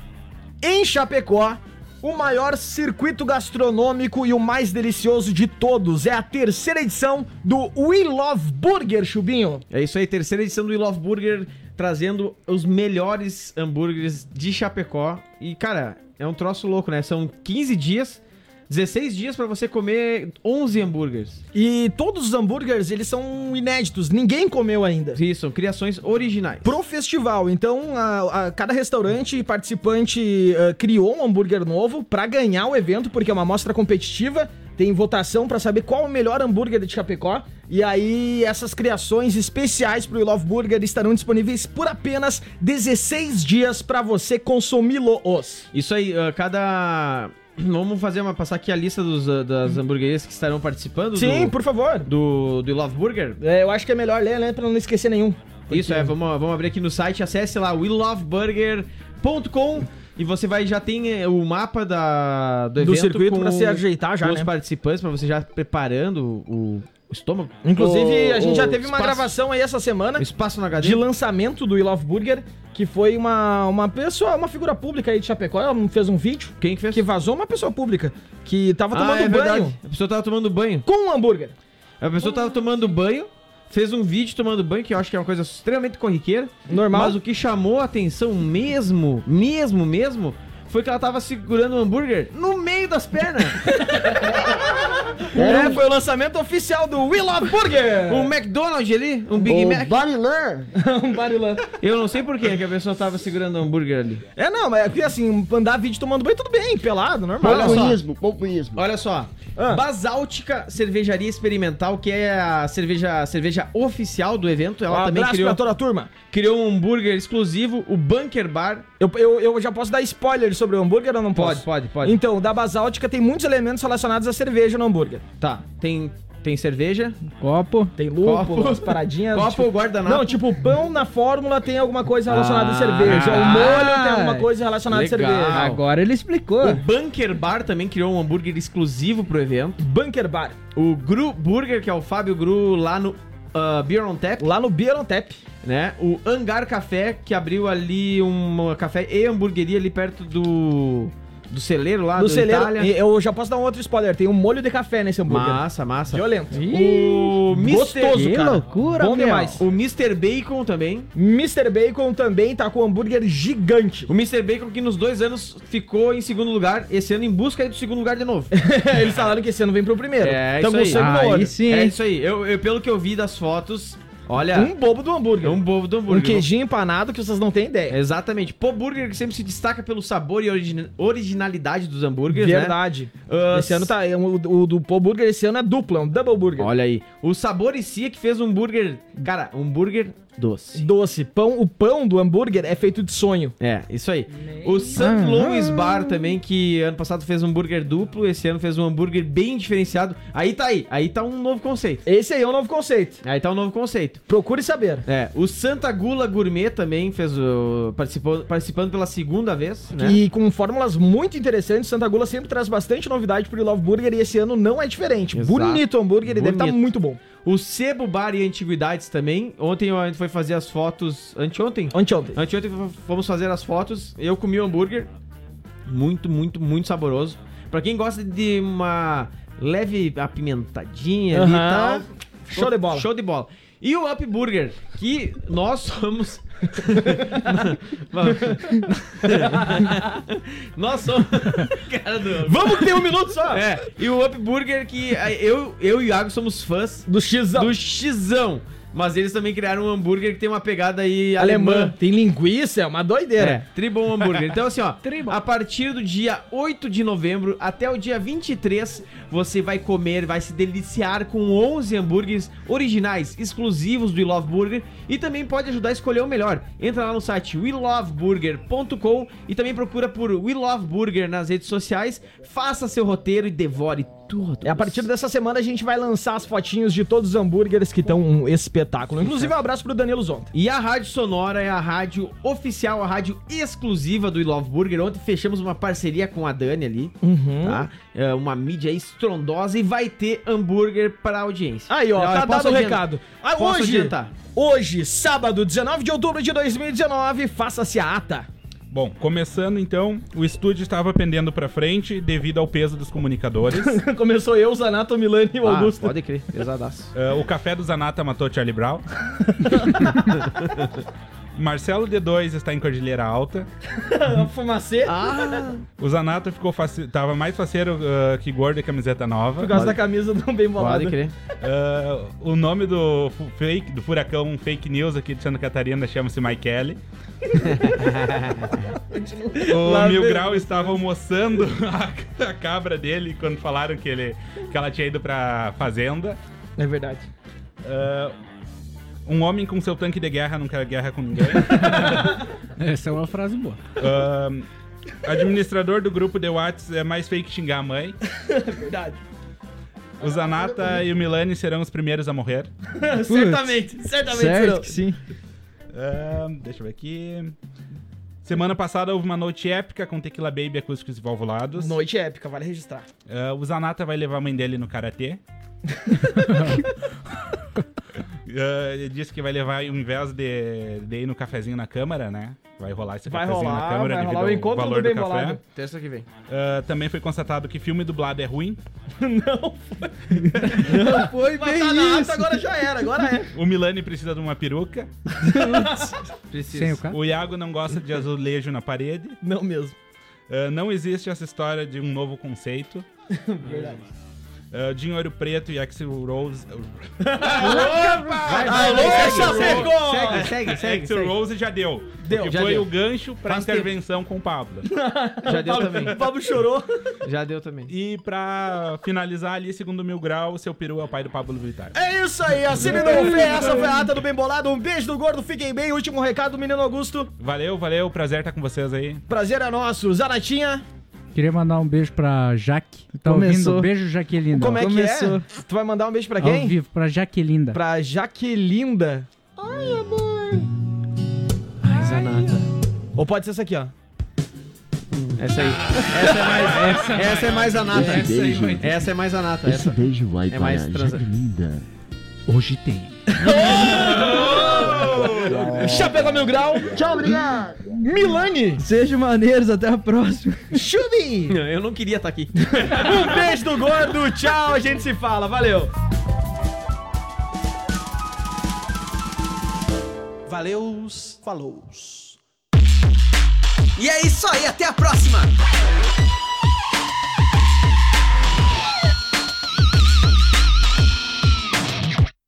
em Chapecó, o maior circuito gastronômico e o mais delicioso de todos. É a terceira edição do We Love Burger, Chubinho. É isso aí, terceira edição do We Love Burger, trazendo os melhores hambúrgueres de Chapecó. E, cara, é um troço louco, né? São 15 dias. 16 dias pra você comer 11 hambúrgueres. E todos os hambúrgueres, eles são inéditos. Ninguém comeu ainda. Isso, são criações originais. Pro festival. Então, a- a- cada restaurante e participante ah, criou um hambúrguer novo pra ganhar o evento, porque é uma amostra competitiva. Tem votação pra saber qual o melhor hambúrguer de Chapecó. E aí, essas criações especiais pro We Love Burger estarão disponíveis por apenas 16 dias pra você consumi-los. Isso aí, ah, cada... Vamos fazer uma passar aqui a lista dos, ah, das hamburguerias que estarão participando.
Sim,
por favor. Do, do Love Burger? eu acho que é melhor ler, né? Pra não esquecer nenhum. Isso, é. Vamos, vamos abrir aqui no site. Acesse lá weloveburger.com e você vai já tem eh, o mapa da, do
Do
evento.
circuito
com
pra se ajeitar já,
com
né?
Os participantes, pra você já preparando o, o estômago.
Inclusive, a gente já teve né?
uma gravação aí essa semana. Espaço na HD. De lançamento do We Love Burger, que foi uma, uma pessoa, uma figura pública aí de Chapecó. Ela fez um vídeo. Quem que fez? Que vazou uma pessoa pública. Que tava
Ah,
tomando
é
banho.
verdade.
A pessoa tava tomando banho. Com um hambúrguer. A pessoa tava tomando banho, fez um vídeo tomando banho, que eu acho que é uma coisa extremamente corriqueira. Normal. Mas o que chamou a atenção mesmo, mesmo, mesmo,
foi que ela tava segurando um hambúrguer no meio das pernas.
Era
é, foi o lançamento oficial do We Love Burger. Um McDonald's ali, um Big
O
Mac.
Barilã.
um barilã. Eu não sei por que que a pessoa tava segurando um hambúrguer ali.
É, não, mas é que assim, andar vídeo tomando banho, tudo bem, pelado, normal.
Olha só.
Populismo, populismo.
Olha só.
Ah.
Basáltica Cervejaria Experimental, que é a cerveja, a cerveja oficial do evento. Ela
Um
também
abraço
criou,
pra toda a turma.
criou um hambúrguer exclusivo, o Bunker Bar.
Eu, eu, eu já posso dar spoiler sobre o hambúrguer ou não
Pode,
posso?
pode, pode.
Então, da basáltica tem muitos elementos relacionados à cerveja no hambúrguer.
Tá, tem, tem cerveja.
Copo.
Tem lúpulo,
Copo.
as paradinhas.
Copo
tipo-
ou guardanapo?
Não, tipo, pão na fórmula tem alguma coisa relacionada à
Ah,
cerveja. O molho tem alguma coisa relacionada
legal.
à cerveja.
Agora ele explicou.
O Bunker Bar também criou um hambúrguer exclusivo pro evento.
Bunker Bar.
O Gru Burger, que é o Fábio Gru lá no ah, Beer on Tap.
Lá no Beer on Tap.
né? O Hangar Café, que abriu ali uma café e hamburgueria ali perto do. Do celeiro lá,
No
Ah, do
celeiro.
Itália.
e Eu já posso dar um outro spoiler. Tem um molho de café nesse hambúrguer.
Massa, massa.
Violento.
O Mr.
Gostoso,
Que
cara.
loucura,
Bom
meu.
demais.
O Mr. Bacon também.
Mr. Bacon também tá com um hambúrguer gigante.
O Mr. Bacon que nos dois anos ficou em segundo lugar, esse ano em busca aí do segundo lugar de novo.
Eles falaram que esse ano vem pro primeiro.
É,
Tamo
isso aí.
sangue no
Aí
olho.
sim.
É isso aí. Eu, eu- pelo que eu vi das fotos, olha,
Um bobo do
é
hambúrguer. É
um bobo do
Um
hambúrguer.
queijinho empanado que vocês não têm ideia.
Exatamente. Pô, hambúrguer que sempre se destaca pelo sabor e origina- originalidade dos hambúrgueres, né?
Verdade.
Ah,
Esse ano tá. O, o do Paul Burger esse ano é duplo, é um double burger.
Olha aí. O sabor em si é que fez um hambúrguer. Cara, um hambúrguer doce.
Doce. Pão, o pão do hambúrguer é feito de sonho.
É, isso aí. O St. Louis Bar também, que ano passado fez um hambúrguer duplo, esse ano fez um hambúrguer bem diferenciado. Aí tá aí, aí tá um novo conceito.
Esse aí é um novo conceito.
Aí tá um novo conceito.
Procure saber.
É, o Santa Gula Gourmet também fez o. participou participando pela segunda vez, né?
E com fórmulas muito interessantes, Santa Gula sempre traz bastante novidade pro Love Burger e esse ano não é diferente.
Exato.
Bonito o hambúrguer, ele deve estar
Bonito.
muito bom.
O Sebo Bar e Antiguidades também. Ontem a gente foi fazer as fotos. Anteontem?
Anteontem.
Anteontem f- fomos fazer as fotos. Eu comi o hambúrguer. Muito, muito, muito saboroso. Pra quem gosta de uma leve apimentadinha ali e
Aham.
tal.
Show de bola.
Show de bola. E o Up Burger, que nós somos. nós somos. Cara do...
Vamos que tem um minuto só!
É, e o Up Burger, que ah, eu, eu e o Iago somos fãs
Do X
do Xão. Mas eles também criaram um hambúrguer que tem uma pegada aí alemã.
alemã. Tem linguiça, é uma doideira.
É, tribom hambúrguer. Então assim, ó, a partir do dia 8 de novembro até o dia 23, você vai comer, vai se deliciar com 11 hambúrgueres originais, exclusivos do We Love Burger e também pode ajudar a escolher o melhor. Entra lá no site weloveburger.com e também procura por We Love Burger nas redes sociais, faça seu roteiro e devore tudo.
E É a partir dessa semana a gente vai lançar as fotinhos de todos os hambúrgueres que estão um espetáculo. Inclusive, um abraço pro Danilo Zonta.
E a Rádio Sonora é a rádio oficial, a rádio exclusiva do I Love Burger. Ontem fechamos uma parceria com a Dani ali,
Uhum.
tá? É uma mídia estrondosa e vai ter hambúrguer para audiência.
Aí, ó,
Olha,
tá
posso
dado o
adian-
recado. Ah,
posso
hoje,
adiantar.
hoje, sábado, 19 de outubro de 2019, faça-se a ata.
Bom, começando então, o estúdio estava pendendo pra frente devido ao peso dos comunicadores.
Começou eu, Zanato, Milani e o
Ah,
Augusto.
pode crer, pesadaço.
Ah, o café do Zanata matou Charlie Brown. Marcelo D2 está em Cordilheira Alta.
Fumacê,
Ah,
Ah,
O Zanata ficou faci... tava mais faceiro ah, que gordo e camiseta nova.
por causa da camisa do bem bolado.
Pode crer.
Ah, o nome do fu- fake, do furacão fake news aqui de Santa Catarina chama-se Mike Kelly. o
Lá
Mil
vem.
Grau estava almoçando a, a cabra dele quando falaram que, ele, que ela tinha ido pra fazenda.
É verdade.
Ah, um homem com seu tanque de guerra não quer guerra com ninguém.
Essa é uma frase boa.
Ah, administrador do grupo de Whats é mais fake xingar a mãe.
Verdade.
O Zanata e o Milani serão os primeiros a morrer.
certamente, certamente.
Certo
serão.
que sim.
Ahn, É, deixa eu ver aqui. Semana passada houve uma noite épica com Tequila Baby acústicos e valvulados.
Noite épica, vale registrar.
Ah, o Zanata vai levar a mãe dele no karatê. Ah, ele disse que vai levar, ao invés de, de ir no cafezinho na câmara, né? Vai rolar esse
Vai
cafezinho
rolar,
na câmara
vai
devido
rolar o
ao
encontro
valor
do
do,
bem
café.
bolado.
Terça que vem.
Ah, também foi constatado que filme dublado é ruim.
Foi bem isso. agora já era, agora é.
O Milani precisa de uma peruca.
Precisa.
Sem o carro.
O Iago não gosta de azulejo na parede.
Não mesmo.
Ah, não existe essa história de um novo conceito.
Verdade.
Ah, Dinho Ouro Preto e Axel Rose.
Vai, vai,
Alô,
vai, segue,
Chapecó!
segue, segue, segue,
Axel
segue.
Rose já deu.
Deu,
que
já
foi
deu.
o gancho pra
Faz
intervenção com o Pablo.
Já deu também.
O Pablo chorou.
Já deu também.
E pra finalizar ali, segundo Mil Grau, seu peru é o pai do Pablo Vittar.
É isso aí, assine não vê. Essa foi a ata do Bem Bolado. Um beijo do gordo, fiquem bem. Último recado do menino Augusto.
Valeu, valeu, prazer estar com vocês aí.
Prazer é nosso. Zanatinha,
Queria mandar um beijo pra Jaque. Tá
Começou.
ouvindo? Beijo, Jaquelinda.
como é que
Começou.
é? Tu vai mandar um beijo pra
Ao
quem?
vivo, pra Jaquelinda.
Pra Jaquelinda.
Ai, amor.
Ai, Zanata. Ou pode ser essa aqui, ó.
Essa aí. Essa é mais, essa, essa é mais a nata.
Esse
Essa, aí,
beijo.
mãe. essa é mais a nata.
Esse
Essa.
beijo vai
é
para
mais
a
transa-
Jaquelinda. Hoje tem.
Chapecó Mil Grau.
Tchau, obrigado.
Milani.
Sejam maneiros, até a próxima.
Chubin.
Eu não queria estar aqui.
Um beijo do gordo. Tchau, a gente se fala. Valeu.
Valeus, falows. E é isso aí, até a próxima!